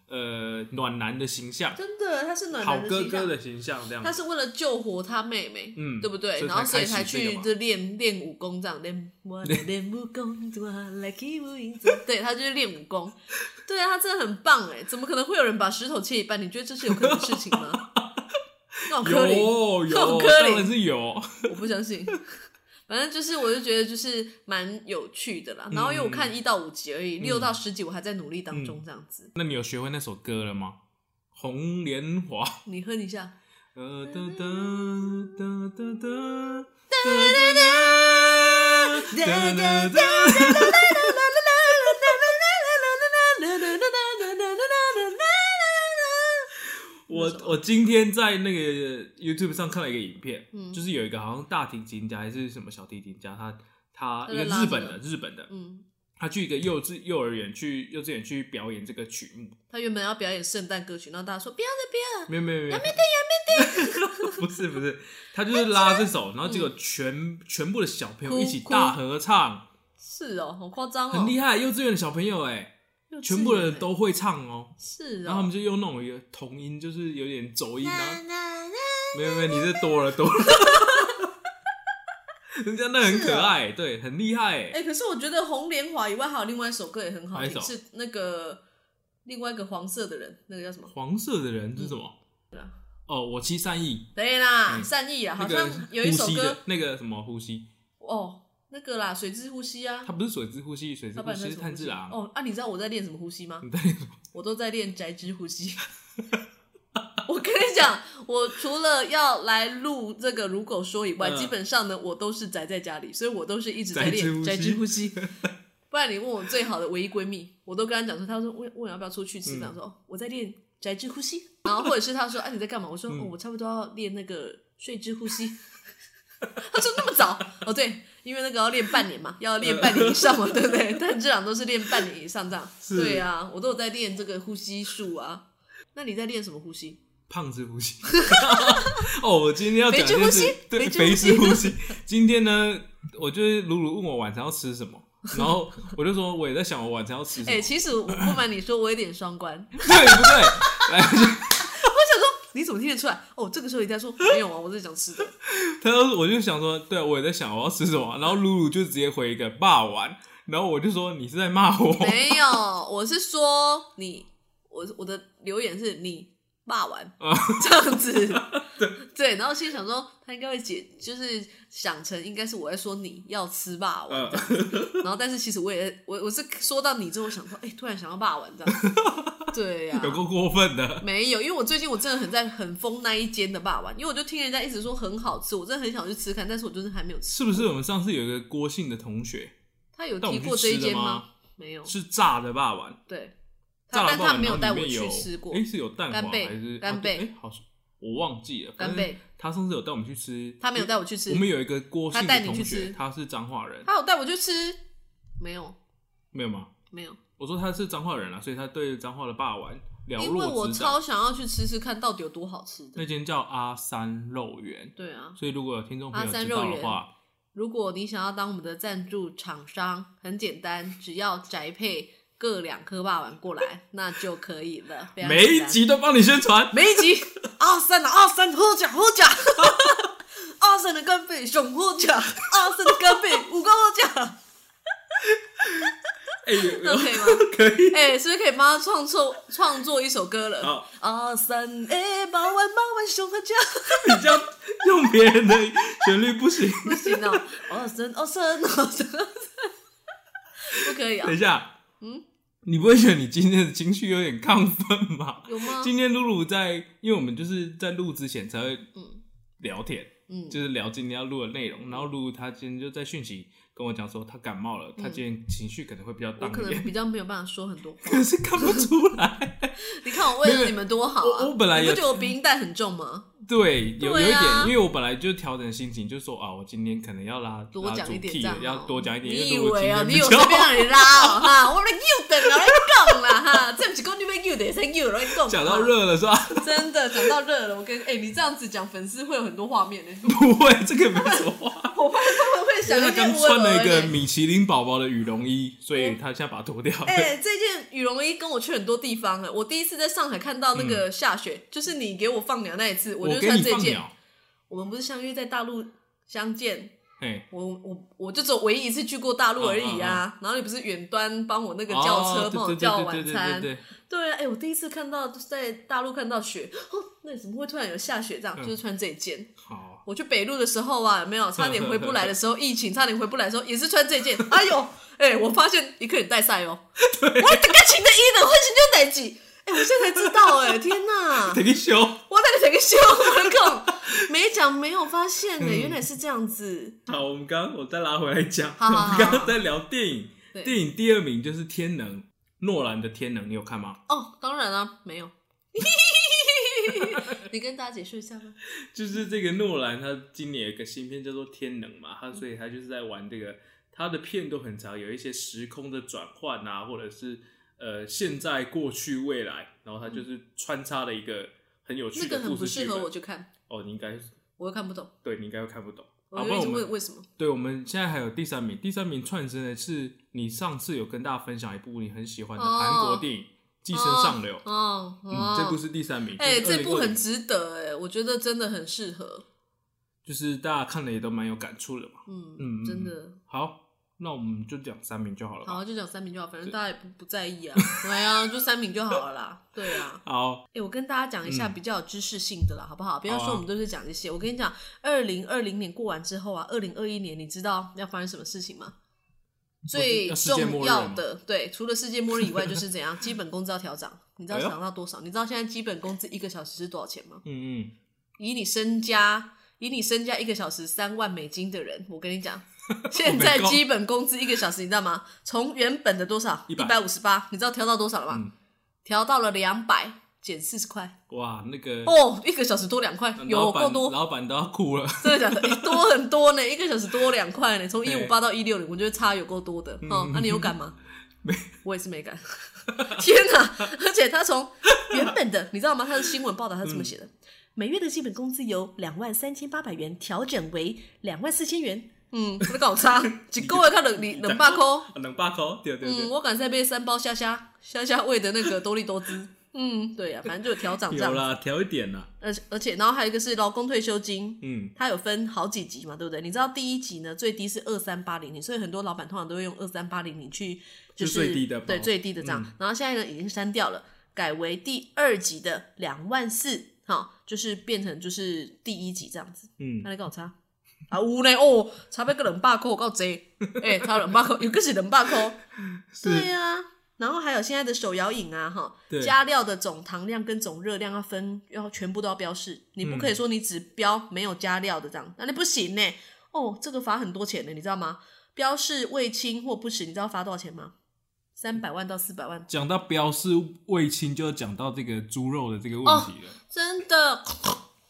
Speaker 1: 呃暖男的形象，
Speaker 2: 真的，他是暖
Speaker 1: 好
Speaker 2: 男
Speaker 1: 哥
Speaker 2: 形象
Speaker 1: 哥的形象这样
Speaker 2: 他。是为了救活他妹妹，
Speaker 1: 嗯
Speaker 2: 对不对？
Speaker 1: 所以才
Speaker 2: 然后所以
Speaker 1: 开
Speaker 2: 才
Speaker 1: 始这个
Speaker 2: 去
Speaker 1: 嘛
Speaker 2: 就练练武功这样，练我练武功，我来去武营。对他就是练武功，对啊，他真的很棒哎！怎么可能会有人把石头切一半？你觉得这是有可能的事情吗？那种柯林，
Speaker 1: 有哦有，
Speaker 2: 好柯林
Speaker 1: 当然是有。
Speaker 2: 我不相信。 反正就是，我就觉得就是蛮有趣的啦。然后因为
Speaker 1: 嗯
Speaker 2: 我看一到五集而已，六到十集我还在努力当中，这样子。
Speaker 1: 那你有学会那首歌了吗？红莲华。
Speaker 2: 你哼一下，
Speaker 1: 呃哒哒哒哒哒哒哒哒哒哒。我我今天在那个 YouTube 上看了一个影片，
Speaker 2: 嗯
Speaker 1: 就是有一个好像大提琴家还是什么小提琴家，他他一个日本的日本的，
Speaker 2: 嗯，
Speaker 1: 他去一个幼稚幼儿园去幼稚园去表演这个曲目，
Speaker 2: 他原本要表演圣诞歌曲，然后大家说不要再表
Speaker 1: 没有没有没有，
Speaker 2: 啊
Speaker 1: 不是不是，他就是拉这首，然后结果全全部的小朋友一起
Speaker 2: 嗯哭哭
Speaker 1: 大合唱，
Speaker 2: 是哦，好夸张哦，
Speaker 1: 很厉害，幼稚园的小朋友哎，
Speaker 2: 幼稚
Speaker 1: 全部
Speaker 2: 园
Speaker 1: 人都会唱哦，
Speaker 2: 是哦，
Speaker 1: 然后他们就用那种一个童音，就是有点走音啊，
Speaker 2: 那那
Speaker 1: 没有没有，你这多了多了， 人家那很
Speaker 2: 哦
Speaker 1: 可爱，对，很厉害哎，
Speaker 2: 哎、可是我觉得红莲华以外还有另外一首歌也很好
Speaker 1: 哪一首
Speaker 2: 听，是那个另外一个黄色的人，那个叫什么？
Speaker 1: 黄色的人是什么？哦，我七三亿，
Speaker 2: 对啦，
Speaker 1: 嗯
Speaker 2: 善意啊，
Speaker 1: 那
Speaker 2: 嗯好
Speaker 1: 个
Speaker 2: 像有一首
Speaker 1: 呼吸的
Speaker 2: 歌
Speaker 1: 那个什么呼吸，
Speaker 2: 哦，那个啦，水之呼吸啊
Speaker 1: 他，不是水之呼吸，水之
Speaker 2: 他
Speaker 1: 呼
Speaker 2: 本
Speaker 1: 吸
Speaker 2: 身
Speaker 1: 是炭治 郎，
Speaker 2: 哦啊，你知道我在练什么呼吸吗？
Speaker 1: 你在
Speaker 2: 我都在练宅之呼吸。 我跟你讲，我除了要来录这个如狗说以外，
Speaker 1: 嗯
Speaker 2: 基本上呢，我都是宅在家里，所以我都是一直
Speaker 1: 宅
Speaker 2: 在
Speaker 1: 之呼 吸
Speaker 2: 练宅之呼吸。不然你问我最好的唯一闺蜜，我都跟她讲说，她说问问我要不要出去
Speaker 1: 嗯
Speaker 2: 吃饭，我说哦我在练宅之呼吸，然后或者是她说啊你在干嘛？我说、
Speaker 1: 嗯
Speaker 2: 哦我差不多要练那个睡之呼吸。 她说那么早哦对，因为那个要练半年嘛，要练半年以上嘛，对不对？但这两都是练半年以上这样。
Speaker 1: 是
Speaker 2: 对啊，我都有在练这个呼吸术啊。那你在练什么呼吸？
Speaker 1: 胖子呼吸。 哦，我今天要讲就
Speaker 2: 肥之呼
Speaker 1: 是
Speaker 2: 吸
Speaker 1: 对
Speaker 2: 肥之
Speaker 1: 肥
Speaker 2: 呼
Speaker 1: 之
Speaker 2: 吸
Speaker 1: 呼吸。今天呢，我就是鲁鲁问我晚上要吃什么，然后我就说我也在想我晚上要吃什么，
Speaker 2: 哎、其实我不瞒你说，我有点双关。
Speaker 1: 对不对？来，
Speaker 2: 你怎么听得出来？哦，这个时候你在说没有啊，我在讲吃的。
Speaker 1: 他就我就想说，对啊我也在想我要吃什么，然后鲁鲁就直接回一个霸王，然后我就说你是在骂我，
Speaker 2: 没有，我是说你，我我的留言是你骂完
Speaker 1: 啊
Speaker 2: 这 样子，对，然后心里想说他应该会解，就是想成应该是我在说你要吃霸
Speaker 1: 嗯，
Speaker 2: 王，然后但是其实我也我我是说到你之后想说，哎、突然想要霸王这样 子，对啊呀、
Speaker 1: 有够过分的，
Speaker 2: 没有，因为我最近我真的很在很疯那一间的霸王，因为我就听人家一直说很好吃，我真的很想去吃看，但是我就是还没有吃。
Speaker 1: 是不是？我们上次有一个郭姓的同学
Speaker 2: 他有
Speaker 1: 带我
Speaker 2: 提
Speaker 1: 们
Speaker 2: 过
Speaker 1: 去
Speaker 2: 这一
Speaker 1: 吃的
Speaker 2: 间
Speaker 1: 吗？
Speaker 2: 没有，
Speaker 1: 是炸的霸王，
Speaker 2: 对，
Speaker 1: 炸
Speaker 2: 他
Speaker 1: 了
Speaker 2: 但
Speaker 1: 霸王
Speaker 2: 他没有带
Speaker 1: 然后
Speaker 2: 我
Speaker 1: 里面
Speaker 2: 去
Speaker 1: 有
Speaker 2: 吃过
Speaker 1: 诶，是有蛋黄
Speaker 2: 干贝
Speaker 1: 还是
Speaker 2: 干贝
Speaker 1: 哎，诶好像我忘记了。
Speaker 2: 干贝，
Speaker 1: 他上次有带我们去吃，
Speaker 2: 他没有带我去吃
Speaker 1: 我们有一个郭姓
Speaker 2: 他带
Speaker 1: 的
Speaker 2: 你
Speaker 1: 同
Speaker 2: 去
Speaker 1: 学，
Speaker 2: 吃
Speaker 1: 他是彰化人，
Speaker 2: 他有带我去吃，没有，
Speaker 1: 没有吗？
Speaker 2: 没有，
Speaker 1: 我说他是彰化人啊，所以他对彰化的霸王了
Speaker 2: 因为
Speaker 1: 若
Speaker 2: 我
Speaker 1: 指掌。
Speaker 2: 超想要去吃吃看到底有多好吃的。
Speaker 1: 那间叫阿三肉圆，
Speaker 2: 对啊，
Speaker 1: 所以如果有听众朋友
Speaker 2: 阿三
Speaker 1: 知道
Speaker 2: 肉
Speaker 1: 的
Speaker 2: 圆
Speaker 1: 话，
Speaker 2: 如果你想要当我们的赞助厂商，很简单，只要宅配各两颗霸丸过来，那就可以了。非常
Speaker 1: 每
Speaker 2: 简
Speaker 1: 一
Speaker 2: 单
Speaker 1: 集都帮你宣传。
Speaker 2: 每一 集，二三的二三喝甲喝 甲，二三的干贝熊喝甲，二三的 干贝五个喝甲，
Speaker 1: 哎、
Speaker 2: 那可以吗？
Speaker 1: 可以。
Speaker 2: 哎、是不是可以帮他创作创作一首歌了？
Speaker 1: 好，
Speaker 2: 啊三哎，八万八万熊和家，
Speaker 1: 你这样用别人的旋律不行。 啊
Speaker 2: 不行哦，二三二三二三，不可以啊
Speaker 1: 等一？下，嗯，你不会觉得你今天的情绪有点亢奋吗？
Speaker 2: 有吗？
Speaker 1: 今天露露在，因为我们就是在录之前才会
Speaker 2: 嗯
Speaker 1: 聊天，
Speaker 2: 嗯，
Speaker 1: 就是聊今天要录的内容。然后露露她今天就在讯息跟我讲说，她感冒了，她今天情绪可能会比较
Speaker 2: 我
Speaker 1: 荡
Speaker 2: 可
Speaker 1: 一
Speaker 2: 能
Speaker 1: 点，
Speaker 2: 比较没有办法说很多话。
Speaker 1: 可是看不出来。
Speaker 2: 你看我为了你们多好啊！
Speaker 1: 我我本来
Speaker 2: 你
Speaker 1: 有
Speaker 2: 不觉得我鼻音带很重吗？
Speaker 1: 对，有有一
Speaker 2: 对啊
Speaker 1: 点，因为我本来就调整心情，就说啊，我今天可能要拉
Speaker 2: 多
Speaker 1: 拉
Speaker 2: 讲
Speaker 1: 主
Speaker 2: 一点这
Speaker 1: key，
Speaker 2: 样
Speaker 1: 了
Speaker 2: 哦、
Speaker 1: 要多讲一点。
Speaker 2: 你
Speaker 1: 因
Speaker 2: 以
Speaker 1: 为我今
Speaker 2: 为啊？
Speaker 1: 天
Speaker 2: 你
Speaker 1: 比
Speaker 2: 有随
Speaker 1: 较
Speaker 2: 便让你拉哦哈？ 我来又等啊了，来讲了哈，这不是讲你们又等，才又来讲。
Speaker 1: 讲到，热了是啊吧？
Speaker 2: 真的讲到热了。我跟哎、你这样子讲，粉丝会有很多画 面呢、
Speaker 1: 不会，这个没什么话。
Speaker 2: 我怕他们会想
Speaker 1: 因为
Speaker 2: 一
Speaker 1: 他
Speaker 2: 些
Speaker 1: 刚
Speaker 2: 温
Speaker 1: 穿
Speaker 2: 柔
Speaker 1: 了
Speaker 2: 的
Speaker 1: 一个
Speaker 2: 呢。
Speaker 1: 米其林宝宝的羽绒衣，所以他现在把它脱掉了。
Speaker 2: 哎、 这件羽绒衣跟我去很多地方哎了。我第一次在上海看到那个下雪，就是你给我放鸟那一次，
Speaker 1: 嗯我
Speaker 2: 就
Speaker 1: 给
Speaker 2: 穿
Speaker 1: 你
Speaker 2: 这
Speaker 1: 放
Speaker 2: 件。我
Speaker 1: 鸟，
Speaker 2: 们不是相约在大陆相见，
Speaker 1: 哎，
Speaker 2: 我我我就只有唯一一次去过大陆而已啊。然后你不是远端帮我那个叫车，
Speaker 1: 哦
Speaker 2: 帮我
Speaker 1: 对对
Speaker 2: 叫
Speaker 1: 对
Speaker 2: 晚
Speaker 1: 对对
Speaker 2: 餐，
Speaker 1: 对对
Speaker 2: 对啊，哎、我第一次看到就是在大陆看到雪，哦，那你怎么会突然有下雪这样？
Speaker 1: 嗯
Speaker 2: 就是穿这一件。
Speaker 1: 好，
Speaker 2: 我去北路的时候啊，有没有差点回不来的 时候，疫情差点回不来的时候，也是穿这件。哎呦，哎、我发现一个人带晒哦，我等个情的衣的，会情就得几。哎、我现在才知道、哎，天哪！
Speaker 1: 得修。
Speaker 2: 我那个整个笑，我靠，没讲没有发现呢、
Speaker 1: 嗯
Speaker 2: 原来是这样子。
Speaker 1: 好，我们刚刚我再拉回来讲，
Speaker 2: 好
Speaker 1: 我
Speaker 2: 好好
Speaker 1: 们刚刚在聊电影，
Speaker 2: 对
Speaker 1: 电影第二名就是《天能》，诺兰的《天能》，你有看吗？
Speaker 2: 哦，当然啊，没有。 你跟大家解释一下吗？
Speaker 1: 就是这个诺兰，他今年有一个新片叫做《天能》嘛，他所以他就是在玩这个，他的片都很长，有一些时空的转换啊，或者是呃现在、过去、未来，然后他就是穿插了一个很有
Speaker 2: 那
Speaker 1: 趣
Speaker 2: 个
Speaker 1: 的
Speaker 2: 很
Speaker 1: 故
Speaker 2: 不
Speaker 1: 事
Speaker 2: 适
Speaker 1: 剧
Speaker 2: 合
Speaker 1: 本。
Speaker 2: 我去看，
Speaker 1: 哦，你应该
Speaker 2: 我又看不懂。
Speaker 1: 对，你应该会看不懂。
Speaker 2: 我
Speaker 1: 啊好，不
Speaker 2: 就
Speaker 1: 然我
Speaker 2: 一直
Speaker 1: 们
Speaker 2: 问哦为什么？
Speaker 1: 对，我们现在还有第三名，第三名串升的是你上次有跟大家分享一部你很喜欢的韩国电影《寄生上流》，
Speaker 2: 哦哦
Speaker 1: 嗯，，这部是第三名。
Speaker 2: 哎、
Speaker 1: 就是
Speaker 2: 这部
Speaker 1: 2020
Speaker 2: 很值得哎、我觉得真的很适合，
Speaker 1: 就是大家看了也都蛮有感触的嘛。
Speaker 2: 嗯
Speaker 1: 嗯
Speaker 2: 真的。
Speaker 1: 好，那我们就讲三名就好了吧。
Speaker 2: 好，就讲三名就好，反正大家也不不在意啊。 对啊，就三名就好了啦。对啊，
Speaker 1: 好，
Speaker 2: 哎、我跟大家讲一
Speaker 1: 嗯
Speaker 2: 下
Speaker 1: 啊
Speaker 2: 比较有知识性的啦，好不好？不要说我们都是讲这些。我跟你讲，二零二零年过完之后啊，二零二一年，你知道要发生什么事情吗？最
Speaker 1: 要世界末日
Speaker 2: 重
Speaker 1: 了
Speaker 2: 要
Speaker 1: 吗
Speaker 2: 的，对，除了世界末日以外，就是怎样， 基本工资要调涨。你知道
Speaker 1: 哎呦
Speaker 2: 涨到多少？你知道现在基本工资一个小时是多少钱吗？
Speaker 1: 嗯嗯，
Speaker 2: 以你身家，以你身家一个小时三万美金的人，我跟你讲，现在基本工资一个小时，你知道吗？从原本的多少一
Speaker 1: 100
Speaker 2: 百五十八，你知道调到多少了吗？
Speaker 1: 嗯
Speaker 2: 调到了两百减四十块，
Speaker 1: 哇，那个
Speaker 2: 哦，一个小时多两块，有
Speaker 1: 老
Speaker 2: 够
Speaker 1: 板
Speaker 2: 多，
Speaker 1: 老板都要哭了。
Speaker 2: 真的假的？欸多很多呢，一个小时多两块呢，从一
Speaker 1: 对嗯
Speaker 2: 五八到一六零，我觉得差有够多的。哦，那、你有敢吗？
Speaker 1: 没，
Speaker 2: 我也是没敢。 天哪！而且他从原本的，你知道吗？他的新闻报道他是这么
Speaker 1: 嗯
Speaker 2: 写的：每月的基本工资由两万三千八百元调整为两万四千元。嗯，这搞 差，一个月看两两两百块。
Speaker 1: 冷巴口，对对
Speaker 2: 嗯，
Speaker 1: 对，
Speaker 2: 我敢才被三包虾虾虾虾喂的那个多利多汁。嗯，对呀、反正就有调涨这
Speaker 1: 有
Speaker 2: 样。
Speaker 1: 啦，调一点啦，
Speaker 2: 而且而且，然后还有一个是劳工退休金，
Speaker 1: 嗯，
Speaker 2: 它有分好几级嘛，对不对？你知道第一级呢最低是二三八零零，所以很多老板通常都会用二三八零零去
Speaker 1: 就是最低的嗯
Speaker 2: 对
Speaker 1: 包
Speaker 2: 最低的这样。然后现在呢已经删掉了，改为第二级的两万四，哈，就是变成就是第一级这样子。
Speaker 1: 嗯
Speaker 2: 那你跟我差啊？有呢哦，差别个两百块，有够贼，哎、差两百块，有个是两百块。对
Speaker 1: 是，
Speaker 2: 呀、然后还有现在的手摇饮啊，哈
Speaker 1: 对，
Speaker 2: 加料的总糖量跟总热量要分，要全部都要标示，你不可以说你只标没有加料的这样，那、你不行呢。哦，这个罚很多钱呢，你知道吗？标示未清或不实，你知道罚多少钱吗？三百万到四百万，
Speaker 1: 讲到标示味清，就讲到这个猪肉的这个问
Speaker 2: 哦
Speaker 1: 题了。
Speaker 2: 真的？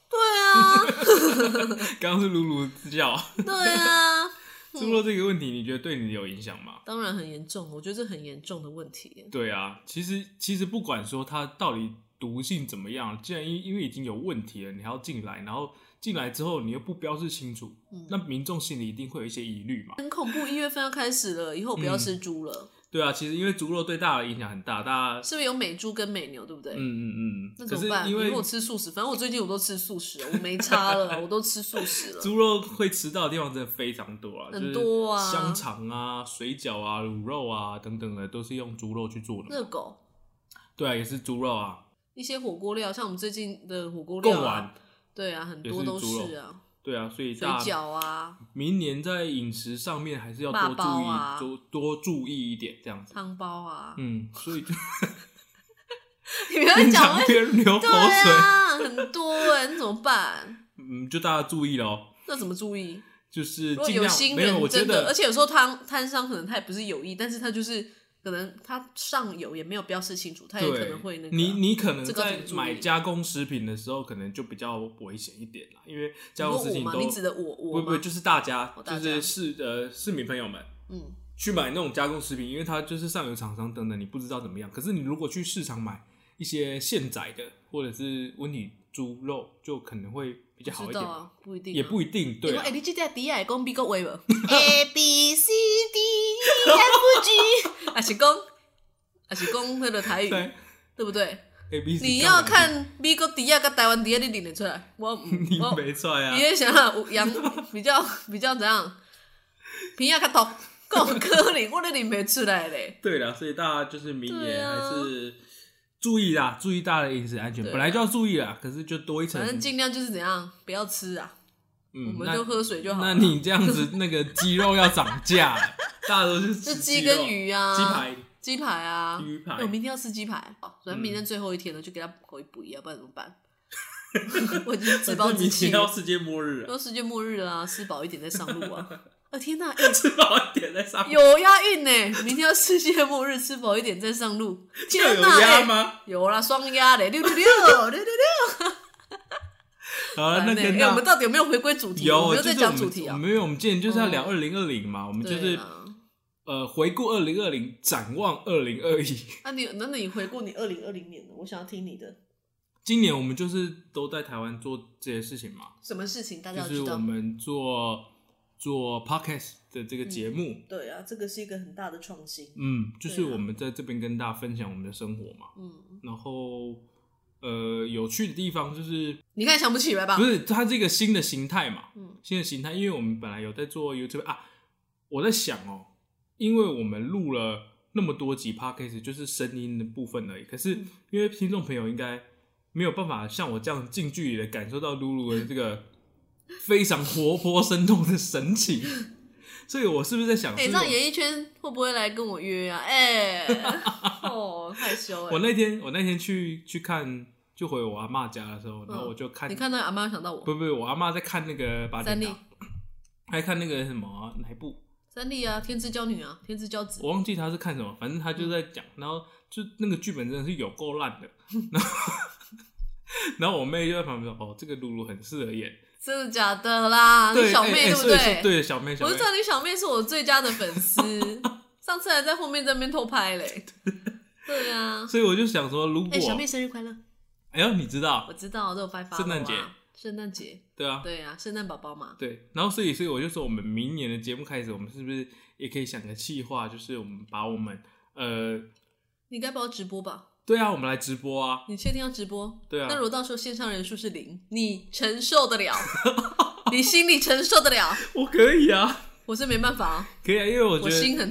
Speaker 2: 对啊，
Speaker 1: 刚刚是噜噜自叫，
Speaker 2: 对啊，
Speaker 1: 猪肉这个问题，你觉得对你有影响吗？
Speaker 2: 当然很严重，我觉得这很严重的问题耶。
Speaker 1: 对啊，其实其实不管说它到底毒性怎么样，既然因因为已经有问题了，你还要进来，然后进来之后你又不标示清楚，那民众心里一定会有一些疑虑嘛。
Speaker 2: 嗯很恐怖，一月份要开始了，以后
Speaker 1: 嗯
Speaker 2: 不要吃猪了，
Speaker 1: 对啊，其实因为猪肉对大家的影响很大，大家
Speaker 2: 是不是有美猪跟美牛，对不对？
Speaker 1: 嗯嗯嗯，
Speaker 2: 那
Speaker 1: 可
Speaker 2: 怎
Speaker 1: 是
Speaker 2: 么办？
Speaker 1: 因
Speaker 2: 你
Speaker 1: 为
Speaker 2: 如果吃素食，反正我最近我都吃素食了，我没 差了，我都吃素食了。
Speaker 1: 猪肉会吃到的地方真的非常多啊，
Speaker 2: 很多啊
Speaker 1: 就是香肠啊、水饺啊、卤肉啊等等的，都是用猪肉去做的嘛。
Speaker 2: 热狗
Speaker 1: 对啊，也是猪肉啊，
Speaker 2: 一些火锅料，像我们最近的火锅
Speaker 1: 贡
Speaker 2: 料、
Speaker 1: 丸
Speaker 2: 啊，。对啊，很
Speaker 1: 也
Speaker 2: 多
Speaker 1: 是
Speaker 2: 都
Speaker 1: 猪肉
Speaker 2: 是啊，
Speaker 1: 对啊，所以
Speaker 2: 水
Speaker 1: 大家
Speaker 2: 饺啊，
Speaker 1: 明年在饮食上面还是要多
Speaker 2: 霸
Speaker 1: 注
Speaker 2: 包
Speaker 1: 意，
Speaker 2: 啊
Speaker 1: 多多注意一点这样子。
Speaker 2: 汤包啊，
Speaker 1: 嗯，所以就
Speaker 2: 你不要
Speaker 1: 经
Speaker 2: 讲
Speaker 1: 常
Speaker 2: 为
Speaker 1: 边流口
Speaker 2: 对
Speaker 1: 水，
Speaker 2: 啊，很多哎、你怎么办？
Speaker 1: 嗯，就大家注意咯，
Speaker 2: 那怎么注意？
Speaker 1: 就是
Speaker 2: 如果
Speaker 1: 尽
Speaker 2: 有
Speaker 1: 量
Speaker 2: 心
Speaker 1: 没有，我
Speaker 2: 人
Speaker 1: 觉
Speaker 2: 真的，而
Speaker 1: 得
Speaker 2: 且有时候摊摊商可能他也不是有意，但是他就是可能他上游也没有标示清楚，他也可
Speaker 1: 对
Speaker 2: 能会那个啊、
Speaker 1: 你你可能
Speaker 2: 这个要怎
Speaker 1: 在
Speaker 2: 么注意
Speaker 1: 买加工食品的时候，可能就比较危险一点啦，因为加工食
Speaker 2: 你
Speaker 1: 品
Speaker 2: 说我
Speaker 1: 都
Speaker 2: 吗？你指的我我
Speaker 1: 不
Speaker 2: 吗？
Speaker 1: 不就是大家
Speaker 2: 哦大
Speaker 1: 就
Speaker 2: 家
Speaker 1: 是市呃市民朋友们
Speaker 2: 嗯，
Speaker 1: 去买那种加工食品，因为它就是上游厂商等等，你不知道怎么样。可是你如果去市场买一些现宰的或者是温体猪肉，就可能会比较好
Speaker 2: 知
Speaker 1: 一
Speaker 2: 道
Speaker 1: 点，
Speaker 2: 啊，不一定、啊，
Speaker 1: 也不一定对、
Speaker 2: 你
Speaker 1: 啊
Speaker 2: 讲哎、。你这只猪仔讲比国话无 ？A B C D F G，还是讲还是讲那个台语，对
Speaker 1: 对
Speaker 2: 不对？
Speaker 1: ，A B C，
Speaker 2: 你要看美国底下跟台湾底下，你认得出来？我唔
Speaker 1: 你
Speaker 2: 我，
Speaker 1: 没错呀、
Speaker 2: 哦你也想啊，有洋 比较比较怎样？鼻仔较凸， 够可能我都认不出来嘞。
Speaker 1: 对啦，所以大家就是明
Speaker 2: 对
Speaker 1: 年
Speaker 2: 啊
Speaker 1: 还是注意啦，注意大家的饮食安全，
Speaker 2: 对啊
Speaker 1: 本来就要注意啦，可是就多一层
Speaker 2: 反。正尽量就是怎样，不要吃啊，
Speaker 1: 嗯，
Speaker 2: 我们
Speaker 1: 那
Speaker 2: 就喝水就好
Speaker 1: 那
Speaker 2: 了。
Speaker 1: 你这样子，那个鸡肉要涨价，大家都 是
Speaker 2: 就
Speaker 1: 吃
Speaker 2: 鸡
Speaker 1: 肉
Speaker 2: 跟鱼啊，
Speaker 1: 鸡排。
Speaker 2: 鸡排啊，
Speaker 1: 鱼排嗯
Speaker 2: 哎我明天要吃鸡排，好，反正明天最后一天了，就给他口一补一啊，不然怎么 办？我已经自暴
Speaker 1: 这
Speaker 2: 自
Speaker 1: 明
Speaker 2: 弃
Speaker 1: 天要
Speaker 2: 了。
Speaker 1: 世界末日了，
Speaker 2: 都世界末日了啊，吃饱一点再上路啊！ 啊天哪，哎
Speaker 1: 吃饱一点再上。
Speaker 2: 有押韵呢！明天要世界末日，吃饱一点再上路。
Speaker 1: 这
Speaker 2: 天
Speaker 1: 有
Speaker 2: 哪，
Speaker 1: 鸭
Speaker 2: 哎
Speaker 1: 吗？
Speaker 2: 有啦，双押嘞，六六六六六六。
Speaker 1: 好了，啊那
Speaker 2: 哎
Speaker 1: 跟
Speaker 2: 哎
Speaker 1: 大
Speaker 2: 我们
Speaker 1: 家
Speaker 2: 到底有没有回归主题？
Speaker 1: 有
Speaker 2: 我们又
Speaker 1: 就
Speaker 2: 在
Speaker 1: 是
Speaker 2: 讲
Speaker 1: 我们
Speaker 2: 主题啊。
Speaker 1: 没有，我们今天就是要聊二
Speaker 2: 哦
Speaker 1: 零二零嘛，我们就
Speaker 2: 对
Speaker 1: 是
Speaker 2: 啊，
Speaker 1: 呃回顾二零二零，展望二零二一。
Speaker 2: 那你那你回顾你二零二零年的，我想要听你的
Speaker 1: 今年我们就是都在台湾做这些事情嘛，
Speaker 2: 什么事情，大
Speaker 1: 就
Speaker 2: 家要
Speaker 1: 是
Speaker 2: 知
Speaker 1: 我
Speaker 2: 道。
Speaker 1: 们做做 podcast 的这个节目，
Speaker 2: 对啊，这个是一个很大的创新。
Speaker 1: 嗯就是
Speaker 2: 对啊
Speaker 1: 我们在这边跟大家分享我们的生活嘛。
Speaker 2: 嗯。
Speaker 1: 然后，呃，有趣的地方就是，
Speaker 2: 你看想不起来吧
Speaker 1: 不？是它这个新的形态嘛？
Speaker 2: 嗯，
Speaker 1: 新的形态，因为我们本来有在做 YouTube 啊，我在想哦，因为我们录了那么多集 podcast，就是声音的部分而已。可是
Speaker 2: 嗯
Speaker 1: 因为听众朋友应该没有办法像我这样近距离的感受到露露的这个非常活泼生动的神情，所以我是不是在想，
Speaker 2: 哎、
Speaker 1: 是
Speaker 2: 这
Speaker 1: 不
Speaker 2: 样
Speaker 1: 是
Speaker 2: 演艺圈会不会来跟我约啊？哎、 哦，害羞
Speaker 1: 我
Speaker 2: 哎、
Speaker 1: 我那天我那天去去看，就回我阿
Speaker 2: 嗯
Speaker 1: 妈家的时候，然后我就看，
Speaker 2: 你看到阿妈想到我，
Speaker 1: 不不，我阿妈在看那个八
Speaker 2: 三
Speaker 1: 点
Speaker 2: 立
Speaker 1: 档， 还看那个什么啊哪一部，
Speaker 2: 三立啊，天之骄女啊，天之骄子，
Speaker 1: 我忘记他是看什么，反正他就在
Speaker 2: 嗯
Speaker 1: 讲，然后就那个剧本真的是有够烂的， 然后然后我妹就在旁边说：“哦，这个露露很适合演，
Speaker 2: 真的假的啦？
Speaker 1: 对，
Speaker 2: 你啊小
Speaker 1: 哎
Speaker 2: 妹
Speaker 1: 哎
Speaker 2: 对不
Speaker 1: 所以说
Speaker 2: 对？
Speaker 1: 对，小妹小
Speaker 2: 我
Speaker 1: 妹
Speaker 2: 就知，道你小妹是我最佳的粉 丝，上次还在后面在那边偷拍嘞。对啊，
Speaker 1: 所以我就想说，如果
Speaker 2: 哎、小妹生日快乐！
Speaker 1: 哎呦，你知道
Speaker 2: 我知道，都有拜发。
Speaker 1: 圣诞节，
Speaker 2: 圣诞节，
Speaker 1: 对啊，
Speaker 2: 对啊，圣诞宝宝嘛，
Speaker 1: 对，然后所以所以我就说，我们明年的节目开始，我们是不是也可以想个计划，就是我们把我们呃，
Speaker 2: 你该不要直播吧？
Speaker 1: 对啊，我们来直播 啊，
Speaker 2: 你确定要直播？
Speaker 1: 对啊
Speaker 2: 那如果到时候线上人数是零，你承受得了？ 你心里承受得了？
Speaker 1: 我可以啊，
Speaker 2: 我是没办法、啊，
Speaker 1: 可以啊，因为我觉得。
Speaker 2: 我心很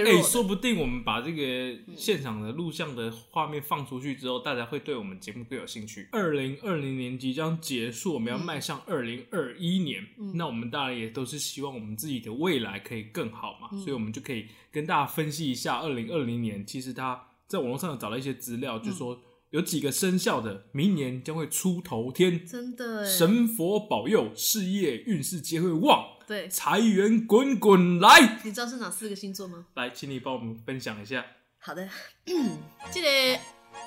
Speaker 1: 哎、
Speaker 2: 弱的。嗯
Speaker 1: 说不定我们把这个现场的录像的画面放出去之后，大家会对我们节目更有兴趣。二零二零年即将结束，我们要迈
Speaker 2: 嗯
Speaker 1: 向二零二一年，那我们当然也都是希望我们自己的未来可以更好
Speaker 2: 嗯
Speaker 1: 嘛，所以我们就可以跟大家分析一下二零二零年。其实他在网络上有找到一些资料，就
Speaker 2: 嗯
Speaker 1: 说有几个生肖的明年将会出头天，
Speaker 2: 真的哎，
Speaker 1: 神佛保佑，事业运势皆会旺，
Speaker 2: 对，
Speaker 1: 财源滚滚来。
Speaker 2: 你知道是哪四个星座吗？
Speaker 1: 来，请你帮我们分享一下。
Speaker 2: 好 的，这个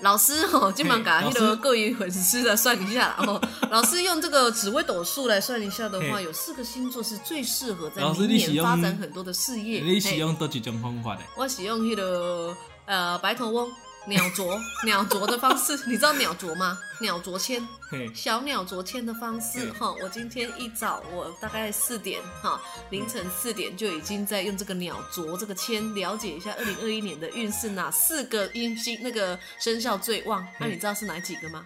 Speaker 2: 老师吼，今晚把
Speaker 1: 嘿老
Speaker 2: 那个
Speaker 1: 师
Speaker 2: 各位粉丝来算一 下哦。老师用这个紫微斗数来算一下的话，
Speaker 1: 嘿
Speaker 2: 有四个星座是最适合在
Speaker 1: 老师
Speaker 2: 明
Speaker 1: 你是
Speaker 2: 年
Speaker 1: 用
Speaker 2: 发展很多的事业。
Speaker 1: 你是
Speaker 2: 嘿
Speaker 1: 用多几种方法的？
Speaker 2: 我使用那个呃白头翁鸟 啄鸟啄的方式，你知道鸟啄吗？鸟啄签。
Speaker 1: 嘿，
Speaker 2: 小鸟啄签的方式
Speaker 1: 嗯
Speaker 2: 哈，我今天一早我大概四点哈，凌晨四点就已经在用这个鸟啄这个签了解一下二零二一年的运势哪四个音星那个生肖最旺。那、你知道是哪几个吗？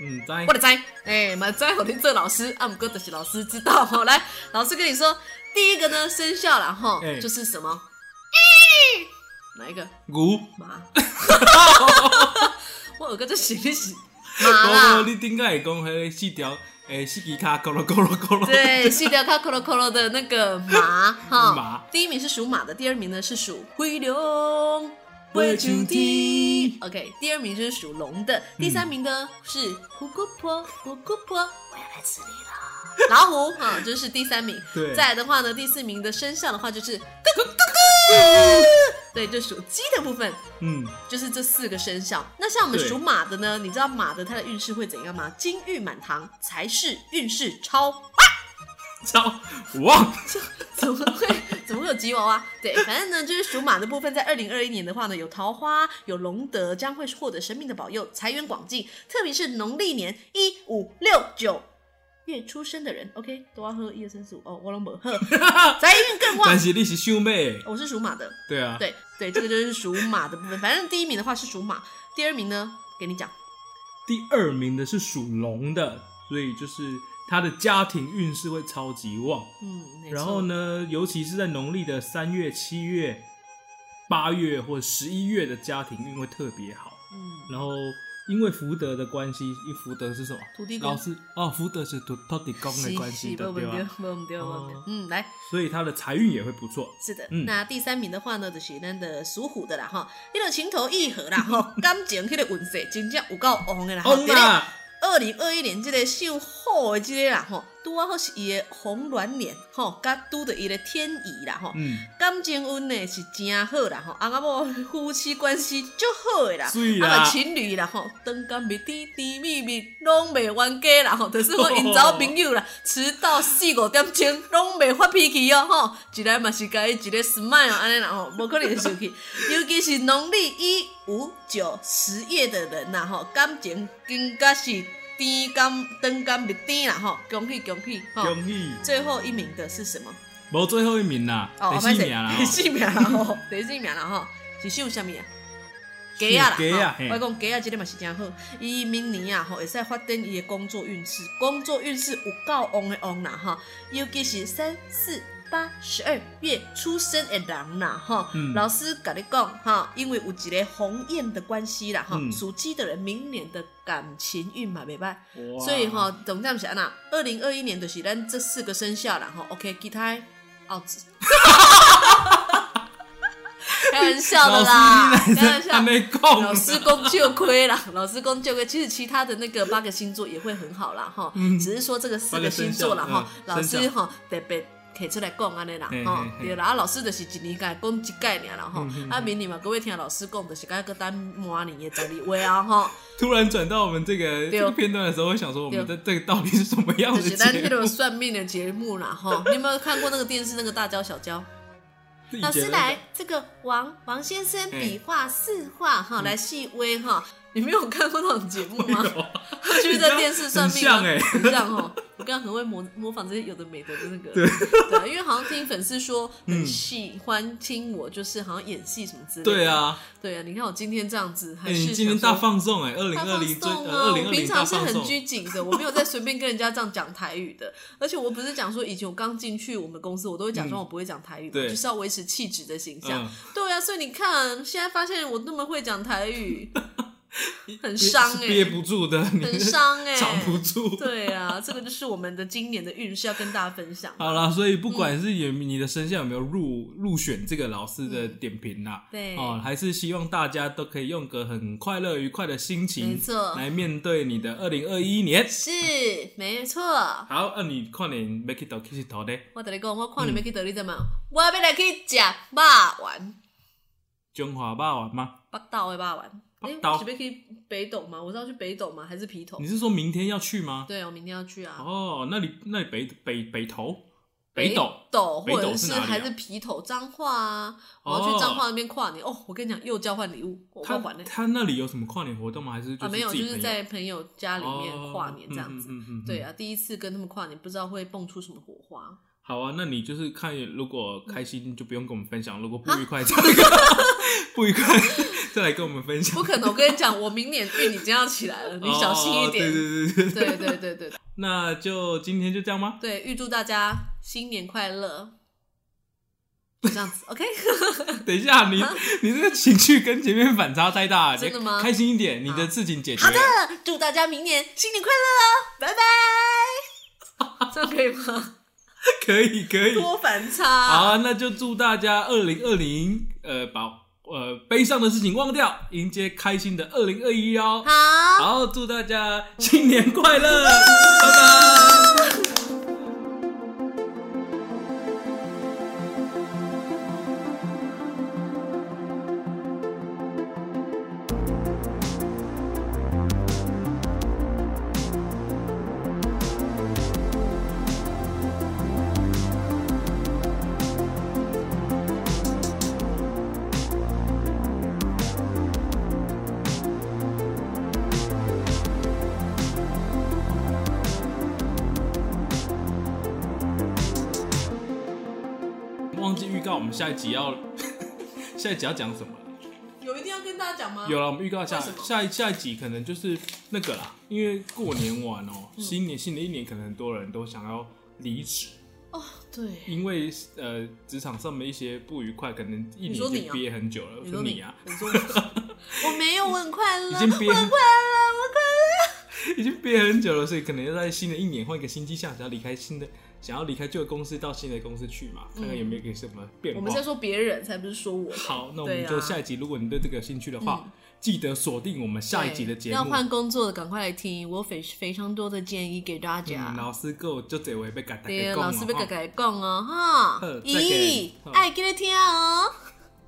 Speaker 1: 嗯，在
Speaker 2: 我的猜，哎、嘛猜好听这老师，啊，姆哥的是老师知道 哈。来，老师跟你说，第一个呢生肖啦哈，
Speaker 1: 哎
Speaker 2: 就是什么？哪一个？
Speaker 1: 牛。
Speaker 2: 马。 我耳根就醒一醒，马
Speaker 1: 我
Speaker 2: 啦。
Speaker 1: 你顶解会讲迄四条诶四只脚咕噜咕噜咕噜。
Speaker 2: 对，西掉卡 Colo Colo 的那个马哈，
Speaker 1: 马
Speaker 2: 第一名是属马的，第二名呢是属灰龙。会主题 OK，第二名就是属龙的，第三名呢是胡姑婆，胡姑婆，我要来吃你了，老虎哈，这、是第三 名。
Speaker 1: 对
Speaker 2: 再来的话呢，第四名的生肖的话 就是咕咕咕咕，对，就属鸡的部分，
Speaker 1: 嗯，
Speaker 2: 就是这四个生肖。那像我们
Speaker 1: 对
Speaker 2: 属马的呢，你知道马的它的运势会怎样吗？金玉满堂，财势运势超
Speaker 1: 操，哇，
Speaker 2: 怎么会怎么会有吉娃娃？对，反正呢，就是属马的部分，在二零二一年的话呢，有桃花，有龙德，将会获得神明的保佑，财源广进。特别是农历年一五六九月出生的人，OK，都要喝一二三四五哦，我龙伯 喝，财运更旺
Speaker 1: 但。是你是想妹，
Speaker 2: 我是属马的，
Speaker 1: 对啊，
Speaker 2: 对对，这个就是属马的部分。反正第一名的话是属马，第二名呢，给你讲，
Speaker 1: 第二名的是属龙的，所以就是他的家庭运势会超级旺。
Speaker 2: 嗯，没错
Speaker 1: 然后？呢，尤其是在农历的三月、七月、八月或十一月的家庭运会特别好。
Speaker 2: 嗯，
Speaker 1: 然后因为福德的关系，因福德是什么？
Speaker 2: 土地公
Speaker 1: 老师哦，福德是土土地公的关系
Speaker 2: 不
Speaker 1: 的，
Speaker 2: 不
Speaker 1: 对
Speaker 2: 丢，
Speaker 1: 吧？
Speaker 2: 不不丢，不
Speaker 1: 哦
Speaker 2: 丢，嗯，来。
Speaker 1: 所以他的财运也会不错。
Speaker 2: 是的，
Speaker 1: 嗯
Speaker 2: 那第三名的话呢，就是咱的属虎的啦吼，迄、个情投意合啦 吼，感情迄个运势真正有够旺的啦吼。
Speaker 1: 哦
Speaker 2: 这个
Speaker 1: 啦，
Speaker 2: 二零二一年这个上好的这个啦吼，拄啊好是伊的红鸾年吼，甲拄着伊的天乙啦吼，
Speaker 1: 嗯，
Speaker 2: 感情运呢是真好啦吼，翁仔某夫妻关系足好的啦。
Speaker 1: 水
Speaker 2: 啊，
Speaker 1: 啦
Speaker 2: 嘛，情侣啦吼，当干蜜甜甜蜜蜜，拢袂冤家啦吼，就是我因查某朋友啦， 迟到四五点钟，拢袂发脾气哦吼，一来嘛是甲伊一个 smile 安尼啦吼，无可能 会生气，尤其是农历一五九十月的人啦吼，感情更加是甜甘当干蜜甜啦吼，恭喜恭喜吼！
Speaker 1: 恭喜，
Speaker 2: 最后一名的是什么？
Speaker 1: 无最后一名啦，
Speaker 2: 哦，
Speaker 1: 第
Speaker 2: 不好意
Speaker 1: 四
Speaker 2: 思
Speaker 1: 名啦，
Speaker 2: 第
Speaker 1: 哦
Speaker 2: 四名 啦吼，第四名啦吼，是秀什么啊？鸡啊啦，
Speaker 1: 鸡啊
Speaker 2: 吼
Speaker 1: 嘿
Speaker 2: 我讲鸡啊，这个嘛是真好。伊明年啊吼，会使发展伊的工作运势，工作运势有够旺的旺啦吼，尤其是三四八十二月出生的人啦吼。
Speaker 1: 嗯
Speaker 2: 老师甲你讲哈，因为有一个鸿雁的关系啦吼，
Speaker 1: 嗯
Speaker 2: 属鸡的人明年的感情运嘛袂歹。
Speaker 1: 哇
Speaker 2: 所以吼、总这样想啦，二零二一年就是咱这四个生肖啦吼。OK，吉他、哦奥 子，开玩笑的啦，
Speaker 1: 老师你哪
Speaker 2: 开玩
Speaker 1: 在还
Speaker 2: 笑。
Speaker 1: 没够，
Speaker 2: 老师公就亏啦，老师公就亏。其实其他的那个八个星座也会很好啦哈，
Speaker 1: 嗯
Speaker 2: 只是说这个四个星座
Speaker 1: 八
Speaker 2: 啦
Speaker 1: 个生肖
Speaker 2: 哈，
Speaker 1: 嗯
Speaker 2: 老师
Speaker 1: 生肖
Speaker 2: 哈特别摕出来讲安尼啦
Speaker 1: 嘿，
Speaker 2: 吼
Speaker 1: 嘿，嘿
Speaker 2: 对啦，啊，老师就是一年甲讲一届尔啦，吼
Speaker 1: 嗯嗯，
Speaker 2: 啊，明年嘛，各位听老师讲，就是甲个等明年的十二月啊，吼，
Speaker 1: 突然转到我们这个
Speaker 2: 对
Speaker 1: 这
Speaker 2: 哦
Speaker 1: 个片段的时候，我想说我们的这个到底是什么样
Speaker 2: 就
Speaker 1: 的
Speaker 2: 是咱
Speaker 1: 节
Speaker 2: 迄 种
Speaker 1: 目？
Speaker 2: 算命的节目啦， 吼，你有没有看过那个电视那个大娇小娇？
Speaker 1: 自己
Speaker 2: 老
Speaker 1: 觉
Speaker 2: 师
Speaker 1: 得
Speaker 2: 来，这个王王先生笔画四画
Speaker 1: 嗯
Speaker 2: 哈，来细微哈。你没有看过那种节目吗？他就是在电视算命啊，
Speaker 1: 很像欸
Speaker 2: 很像哦。我刚刚很会模模仿这些有的没的的那个，对啊，因为好像听粉丝说
Speaker 1: 嗯
Speaker 2: 很喜欢听我，就是好像演戏什么之类的。
Speaker 1: 对， 啊，
Speaker 2: 对啊，你看我今天这样子，还
Speaker 1: 哎，
Speaker 2: 是
Speaker 1: 你今
Speaker 2: 想
Speaker 1: 天
Speaker 2: 说
Speaker 1: 大放送哎，二零
Speaker 2: 大
Speaker 1: 二
Speaker 2: 放
Speaker 1: 零最
Speaker 2: 送
Speaker 1: 二
Speaker 2: 啊！
Speaker 1: 零
Speaker 2: 我
Speaker 1: 二
Speaker 2: 平
Speaker 1: 零
Speaker 2: 常
Speaker 1: 大
Speaker 2: 是
Speaker 1: 放
Speaker 2: 很
Speaker 1: 送，
Speaker 2: 拘谨的，我没有在随便跟人家这样讲台语的。而且我不是讲说以前我刚进去我们公司，我都会假装我不会讲台语
Speaker 1: 嗯
Speaker 2: 嘛，
Speaker 1: 对
Speaker 2: 就是要维持气质的形象。
Speaker 1: 嗯
Speaker 2: 对啊，所以你看，现在发现我那么会讲 台语，很
Speaker 1: 憋
Speaker 2: 伤
Speaker 1: 是
Speaker 2: 哎、
Speaker 1: 憋不住的，你
Speaker 2: 很伤哎、
Speaker 1: 藏不住。
Speaker 2: 对啊，这个就是我们的今年的运势要跟大家分享。
Speaker 1: 好啦，所以不
Speaker 2: 嗯
Speaker 1: 管是有你的声线有没有入入选这个老师的点评啦，
Speaker 2: 对
Speaker 1: 哦，还是希望大家都可以用个很快乐愉快的心情，
Speaker 2: 没错
Speaker 1: 来面对你的二零二一年。
Speaker 2: 是没错。
Speaker 1: 好，那、你快点 make it 到 kiss it 的
Speaker 2: 我跟你讲，我
Speaker 1: 嗯
Speaker 2: 看你要去倒你怎么？我要来去食肉丸，
Speaker 1: 中华霸王吗？
Speaker 2: 北岛的肉丸。
Speaker 1: 北
Speaker 2: 诶
Speaker 1: 斗
Speaker 2: 是要去北斗吗？我是要去北斗吗？还是皮头
Speaker 1: 你？是说明天要去吗？
Speaker 2: 哦对，我明天要去啊。
Speaker 1: 哦，那你那你北北北头北斗
Speaker 2: 斗，
Speaker 1: 北斗
Speaker 2: 或者
Speaker 1: 是
Speaker 2: 是
Speaker 1: 哪里啊
Speaker 2: 还是皮头彰化啊？
Speaker 1: 哦
Speaker 2: 我要去彰化那边跨年哦。我跟你讲，又交换礼物，我
Speaker 1: 他
Speaker 2: 不管呢。
Speaker 1: 他那里有什么跨年活动吗？还是就
Speaker 2: 啊，
Speaker 1: 是
Speaker 2: 没有，
Speaker 1: 自
Speaker 2: 就
Speaker 1: 己
Speaker 2: 是
Speaker 1: 朋友
Speaker 2: 在朋友家里面跨年这样子。
Speaker 1: 哦嗯嗯嗯嗯嗯
Speaker 2: 对啊，第一次跟他们跨年，不知道会蹦出什么火花。
Speaker 1: 好啊，那你就是看，如果开心就不用跟我们分享，如果不
Speaker 2: 啊
Speaker 1: 愉快，再来跟 不愉快再来跟我们分享
Speaker 2: 不。可能，我跟你讲，我明年运已经要起来了， 你小心一点。
Speaker 1: 哦对对对哦对，
Speaker 2: 对对对对对
Speaker 1: 那就今天就这样 吗？
Speaker 2: 对，预祝大家新年快乐。就这样子，OK？
Speaker 1: 等一下，你你这个情绪跟前面反差太大，
Speaker 2: 啊真的吗
Speaker 1: 你开心一点，你
Speaker 2: 好
Speaker 1: 的事情解决。
Speaker 2: 好的，祝大家明年新年快乐哦，拜拜。 这样可以吗？
Speaker 1: 可以可以。
Speaker 2: 多反差。
Speaker 1: 好啊，那就祝大家二零二零呃把呃悲伤的事情忘掉，迎接开心的二零二一哦。
Speaker 2: 好，
Speaker 1: 好，祝大家新年快乐，拜拜。忘记预告我们下一集要 下一集要讲什么了。
Speaker 2: 有一定要跟大家讲吗？
Speaker 1: 有了，我们预告下
Speaker 2: 啊为什么
Speaker 1: 下一下一集可能就是那个啦，因为过年完哦、新年新的一年可能很多人都想要离职，
Speaker 2: 哦，对，
Speaker 1: 因为呃职场上面一些不愉快，可能一
Speaker 2: 你
Speaker 1: 年
Speaker 2: 说你啊
Speaker 1: 就憋很久了。我
Speaker 2: 你
Speaker 1: 说
Speaker 2: 说
Speaker 1: 你
Speaker 2: 你
Speaker 1: 啊，，
Speaker 2: 你说我，我没有，我很快乐，
Speaker 1: 已
Speaker 2: 我
Speaker 1: 经
Speaker 2: 很快
Speaker 1: 憋
Speaker 2: 乐，我快乐。
Speaker 1: 已经憋很久了，所以可能要在新的一年换一个新气象，想要离开新的，想要离开旧的公司到新的公司去嘛，看看有没有给什么变化。
Speaker 2: 嗯我们在说别人，才不是说我。
Speaker 1: 好，那我
Speaker 2: 哦对
Speaker 1: 们
Speaker 2: 啊嗯
Speaker 1: 就下一集，如果你对这个有兴趣的话，记得锁定我们下一集的节
Speaker 2: 要
Speaker 1: 目。
Speaker 2: 换工作的赶快来听，我非非常多的建议给大家。
Speaker 1: 嗯，老师够就这位被改大
Speaker 2: 对
Speaker 1: 家
Speaker 2: 啊，
Speaker 1: 讲
Speaker 2: 老
Speaker 1: 哦
Speaker 2: 师要甲
Speaker 1: 哦
Speaker 2: 家讲哦，哈
Speaker 1: 好再，
Speaker 2: 咦
Speaker 1: 见好，
Speaker 2: 爱记得听哦，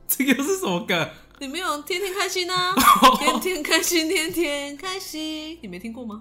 Speaker 1: 这个是什么梗？
Speaker 2: 你没有天天开心啊，天天开心，天天开心，你没听过吗？